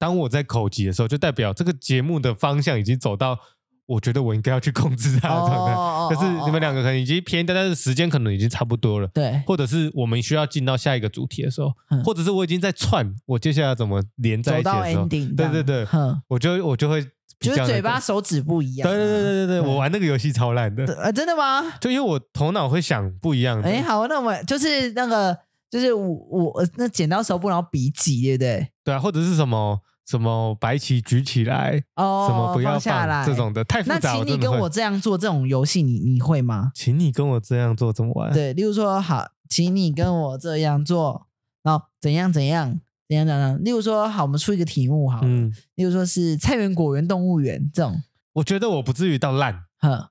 [SPEAKER 2] 当我在口疾的时候，就代表这个节目的方向已经走到我觉得我应该要去控制它的状态。
[SPEAKER 1] 哦
[SPEAKER 2] 可是你们两
[SPEAKER 1] 个
[SPEAKER 2] 个可能已经偏，但是时间可能已经差不多了。
[SPEAKER 1] 对
[SPEAKER 2] 或者是我们需要进到下一个主题的时候，
[SPEAKER 1] 嗯
[SPEAKER 2] 或者是我已经在串我接下来要怎么连在
[SPEAKER 1] 走
[SPEAKER 2] 一起
[SPEAKER 1] 到
[SPEAKER 2] 的时候，
[SPEAKER 1] ending，
[SPEAKER 2] 对
[SPEAKER 1] 这
[SPEAKER 2] 对
[SPEAKER 1] 样
[SPEAKER 2] 对，
[SPEAKER 1] 哼，
[SPEAKER 2] 我就我就会比
[SPEAKER 1] 就
[SPEAKER 2] 较
[SPEAKER 1] 是
[SPEAKER 2] 那
[SPEAKER 1] 嘴
[SPEAKER 2] 个
[SPEAKER 1] 巴手指不一
[SPEAKER 2] 对
[SPEAKER 1] 样啊，
[SPEAKER 2] 对对对对对，
[SPEAKER 1] 对
[SPEAKER 2] 我玩那个游戏超烂的，
[SPEAKER 1] 呃，真的吗？
[SPEAKER 2] 就因为我头脑会想不一样的，
[SPEAKER 1] 哎，好，那我们就是那个，就是我我呃那剪刀手部，然后笔记，对不对？
[SPEAKER 2] 对啊，或者是什么什么白棋举起来，
[SPEAKER 1] 哦，
[SPEAKER 2] 什么不要
[SPEAKER 1] 放下来
[SPEAKER 2] 这种的，太复
[SPEAKER 1] 那
[SPEAKER 2] 杂，
[SPEAKER 1] 请你
[SPEAKER 2] 真的
[SPEAKER 1] 跟
[SPEAKER 2] 会
[SPEAKER 1] 我，这样做这种游戏，你你会吗？
[SPEAKER 2] 请你跟我这样做怎么玩？
[SPEAKER 1] 对，例如说，好，请你跟我这样做，然后怎样怎样怎样怎样。例如说，好，我们出一个题目好了，
[SPEAKER 2] 嗯，
[SPEAKER 1] 例如说是菜园、果园、动物园这种。
[SPEAKER 2] 我觉得我不至于到烂，
[SPEAKER 1] 呵，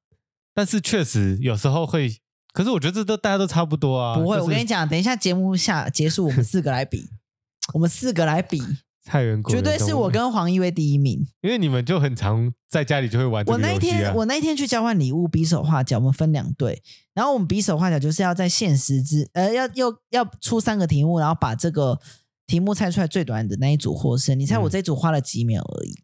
[SPEAKER 2] 但是确实有时候会，可是我觉得这都大家都差不多啊，
[SPEAKER 1] 不会，
[SPEAKER 2] 就是
[SPEAKER 1] 我跟你讲，等一下节目下结束，我们四个来比，我们四个来比，
[SPEAKER 2] 菜园 [laughs] 果
[SPEAKER 1] 绝
[SPEAKER 2] 园
[SPEAKER 1] 对是
[SPEAKER 2] 动物
[SPEAKER 1] 我
[SPEAKER 2] 园
[SPEAKER 1] 跟黄一威第一名。
[SPEAKER 2] 啊因为你们就很常在家里就会玩这
[SPEAKER 1] 我
[SPEAKER 2] 个
[SPEAKER 1] 那一
[SPEAKER 2] 游戏啊
[SPEAKER 1] 天，。我那一天去交换礼物，比手画脚，我们分两队，然后我们比手画脚就是要在限时之，呃，要要要出三个题目，然后把这个题目猜出来最短的那一组获胜。你猜我
[SPEAKER 2] 嗯
[SPEAKER 1] 这一组花了几秒而已？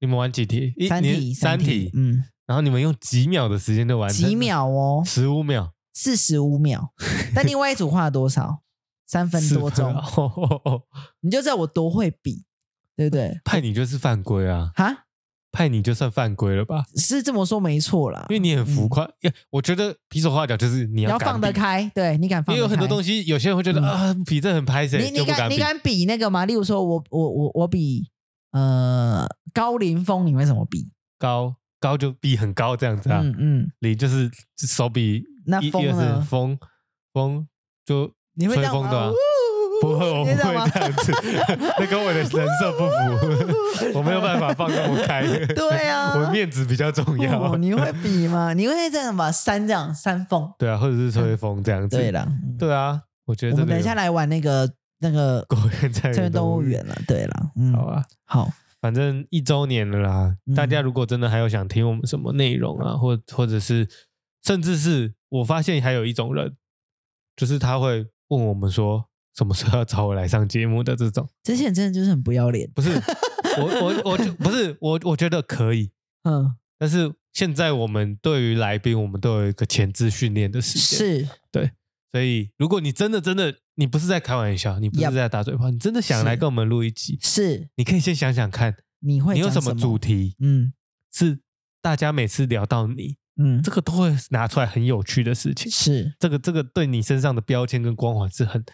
[SPEAKER 2] 你们玩几题？一
[SPEAKER 1] 三
[SPEAKER 2] 你
[SPEAKER 1] 题，
[SPEAKER 2] 三
[SPEAKER 1] 题
[SPEAKER 2] 题，，
[SPEAKER 1] 嗯，
[SPEAKER 2] 然后你们用几秒的时间就完成？
[SPEAKER 1] 几？秒哦，
[SPEAKER 2] 十五秒，
[SPEAKER 1] 四十五秒。但另外一组花了多少？三分啊多钟，
[SPEAKER 2] 4分哦哦哦
[SPEAKER 1] 你就知道我多会比，对不对？
[SPEAKER 2] [laughs] 派你就是犯规啊！
[SPEAKER 1] 哈，
[SPEAKER 2] 派你就算犯规了吧？
[SPEAKER 1] 是这么说没错啦
[SPEAKER 2] 因，为你很浮夸。因为我觉得比手画脚就是你
[SPEAKER 1] 嗯你要
[SPEAKER 2] 敢
[SPEAKER 1] 放得
[SPEAKER 2] 比，
[SPEAKER 1] 开，对你敢
[SPEAKER 2] 因
[SPEAKER 1] 放
[SPEAKER 2] 为
[SPEAKER 1] 得开。
[SPEAKER 2] 有很多东西，有些人会觉得
[SPEAKER 1] 嗯
[SPEAKER 2] 啊，比这很拍谁
[SPEAKER 1] 你
[SPEAKER 2] 就
[SPEAKER 1] 你
[SPEAKER 2] 不
[SPEAKER 1] 敢
[SPEAKER 2] 比
[SPEAKER 1] 你。敢比那个吗？例如说我我我我比呃高凌风，你会怎么比？
[SPEAKER 2] 高高就比很高这样子啊，
[SPEAKER 1] 嗯嗯，
[SPEAKER 2] 零就是手比
[SPEAKER 1] 那
[SPEAKER 2] 一
[SPEAKER 1] 风
[SPEAKER 2] 一二
[SPEAKER 1] 呢
[SPEAKER 2] 是风风就
[SPEAKER 1] 你会这
[SPEAKER 2] 吹
[SPEAKER 1] 样
[SPEAKER 2] 风
[SPEAKER 1] 吗
[SPEAKER 2] 的啊
[SPEAKER 1] 呜
[SPEAKER 2] 不会，我
[SPEAKER 1] 你
[SPEAKER 2] 不会
[SPEAKER 1] 知道吗
[SPEAKER 2] 这样
[SPEAKER 1] [laughs]
[SPEAKER 2] 子，那跟我的人设不符，我没有办法放那么开。
[SPEAKER 1] [laughs] 对啊
[SPEAKER 2] [laughs] 我面子比较重要
[SPEAKER 1] 哦。你会比吗？你会这样吧？三这样三风。
[SPEAKER 2] 对啊，或者是吹风这样子。
[SPEAKER 1] 对，了，嗯
[SPEAKER 2] 对啊，我觉得
[SPEAKER 1] 我
[SPEAKER 2] 这
[SPEAKER 1] 们
[SPEAKER 2] 个
[SPEAKER 1] 等一
[SPEAKER 2] 有
[SPEAKER 1] 下来玩那个那个
[SPEAKER 2] 果园菜
[SPEAKER 1] 这
[SPEAKER 2] 园
[SPEAKER 1] 园动物园了。对了，嗯，
[SPEAKER 2] 好啊，
[SPEAKER 1] 好，
[SPEAKER 2] 反正一周年了啦，
[SPEAKER 1] 嗯
[SPEAKER 2] 大家如果真的还有想听我们什么内容啊，或或者是甚至是我发现还有一种人，就是他会问我们说什么时候要找我来上节目的这种，
[SPEAKER 1] 这些人真的就是很不要脸。
[SPEAKER 2] 不是我我我就不是我我觉得可以，
[SPEAKER 1] 嗯，
[SPEAKER 2] 但是现在我们对于来宾，我们都有一个前置训练的时间，
[SPEAKER 1] 是
[SPEAKER 2] 所以如果你真的真的你不是在开玩笑，你不是
[SPEAKER 1] Yep
[SPEAKER 2] 在打嘴炮，你真的想来
[SPEAKER 1] 是
[SPEAKER 2] 跟我们录一集，
[SPEAKER 1] 是，
[SPEAKER 2] 你可以先想想看，
[SPEAKER 1] 你会
[SPEAKER 2] 你有
[SPEAKER 1] 讲
[SPEAKER 2] 什
[SPEAKER 1] 么
[SPEAKER 2] 么主？题
[SPEAKER 1] 嗯
[SPEAKER 2] 是大家每次聊到你，
[SPEAKER 1] 嗯
[SPEAKER 2] 这，个都会拿出来很有趣的事情。
[SPEAKER 1] 是
[SPEAKER 2] 这个这个对你身上的标签跟光环是很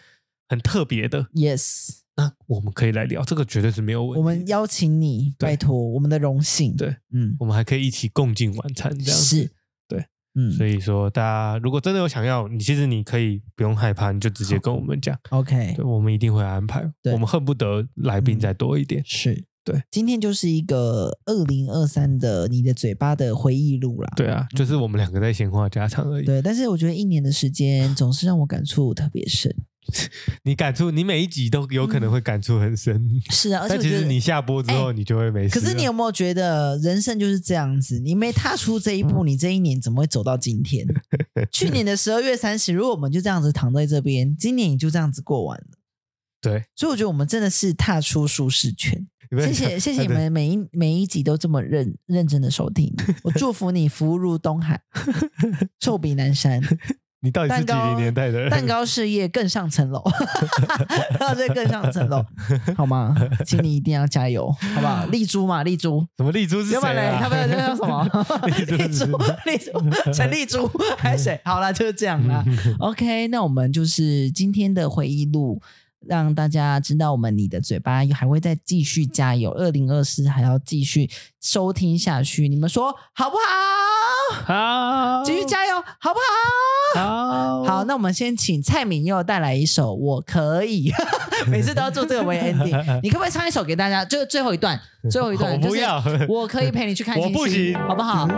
[SPEAKER 2] 很特别的。
[SPEAKER 1] yes，
[SPEAKER 2] 那我们可以来聊，这个绝对是没有问题。
[SPEAKER 1] 我们邀请你，
[SPEAKER 2] 对
[SPEAKER 1] 拜托，我们的荣幸。
[SPEAKER 2] 对，
[SPEAKER 1] 嗯，
[SPEAKER 2] 我们还可以一起共进晚餐这样子。
[SPEAKER 1] 是，
[SPEAKER 2] 对，
[SPEAKER 1] 嗯，
[SPEAKER 2] 所
[SPEAKER 1] 以
[SPEAKER 2] 以说，大家如果真的有想要，你其实你可以不用害怕，你就直接跟我们讲，
[SPEAKER 1] OK
[SPEAKER 2] 对，我们一定会安排。
[SPEAKER 1] 对嗯
[SPEAKER 2] 我们恨不得来宾再多一点。
[SPEAKER 1] 是。
[SPEAKER 2] 对，
[SPEAKER 1] 今天就是一个二零二三的你的嘴巴的回忆录啦。
[SPEAKER 2] 对啊，就是我们两个在闲话家常而已。
[SPEAKER 1] 嗯对，但是我觉得一年的时间总是让我感触特别深。
[SPEAKER 2] 你感触，你每一集都有可能会感触很深，
[SPEAKER 1] 是嗯啊，而且
[SPEAKER 2] 但
[SPEAKER 1] 我
[SPEAKER 2] 其
[SPEAKER 1] 觉
[SPEAKER 2] 实
[SPEAKER 1] 得
[SPEAKER 2] 你下播之后，
[SPEAKER 1] 哎
[SPEAKER 2] 你就会没事
[SPEAKER 1] 可
[SPEAKER 2] 了。
[SPEAKER 1] 是你有没有觉得人生就是这样子？你没踏出这一步，你这一年怎么会走到今 [laughs] 天？去年的十二月三十，如果我们就这样子躺在这边，今年也就这样子过完了。
[SPEAKER 2] 对，
[SPEAKER 1] 所以我觉得我们真的是踏出舒适圈。
[SPEAKER 2] 你不要
[SPEAKER 1] 谢
[SPEAKER 2] 讲
[SPEAKER 1] 谢谢谢
[SPEAKER 2] 真
[SPEAKER 1] 你
[SPEAKER 2] 的
[SPEAKER 1] 们每一每一集都这么认认真的收听，我祝福你福如东
[SPEAKER 2] [laughs]
[SPEAKER 1] 海，寿比南山，
[SPEAKER 2] [laughs] 你到底是
[SPEAKER 1] 蛋
[SPEAKER 2] 几
[SPEAKER 1] 糕
[SPEAKER 2] 零年代的人？
[SPEAKER 1] 蛋糕事业更上层
[SPEAKER 2] [laughs]
[SPEAKER 1] 楼，然后就更上层楼，好吗？请你一定要加油，好不
[SPEAKER 2] [laughs]
[SPEAKER 1] 好？丽珠嘛，丽珠。
[SPEAKER 2] 什么丽珠是谁、
[SPEAKER 1] 原
[SPEAKER 2] 啊？？
[SPEAKER 1] 本嘞，他们那叫什么
[SPEAKER 2] [laughs] 丽珠
[SPEAKER 1] 丽
[SPEAKER 2] 是
[SPEAKER 1] 珠， [laughs] 丽珠，陈丽珠还是谁？好啦，就是这
[SPEAKER 2] [laughs]
[SPEAKER 1] 样啦。OK，那我们就是今天的回忆录，让大家知道我们你的嘴巴还会再继续加油，二零二四还要继续收听下去，你们说好不好？
[SPEAKER 2] [laughs] 好，
[SPEAKER 1] 继续加油，好不好？
[SPEAKER 2] 好，
[SPEAKER 1] 好，那我们先请蔡敏佑带来一首《我可以》， [laughs] 每次都要做这个为 ending。你可不可以唱一首给大家？就是最后一段，最后一段，
[SPEAKER 2] [laughs] 我不要
[SPEAKER 1] 就是我可以陪你去看
[SPEAKER 2] 我 [laughs]
[SPEAKER 1] 星星，
[SPEAKER 2] 不行
[SPEAKER 1] 好不好？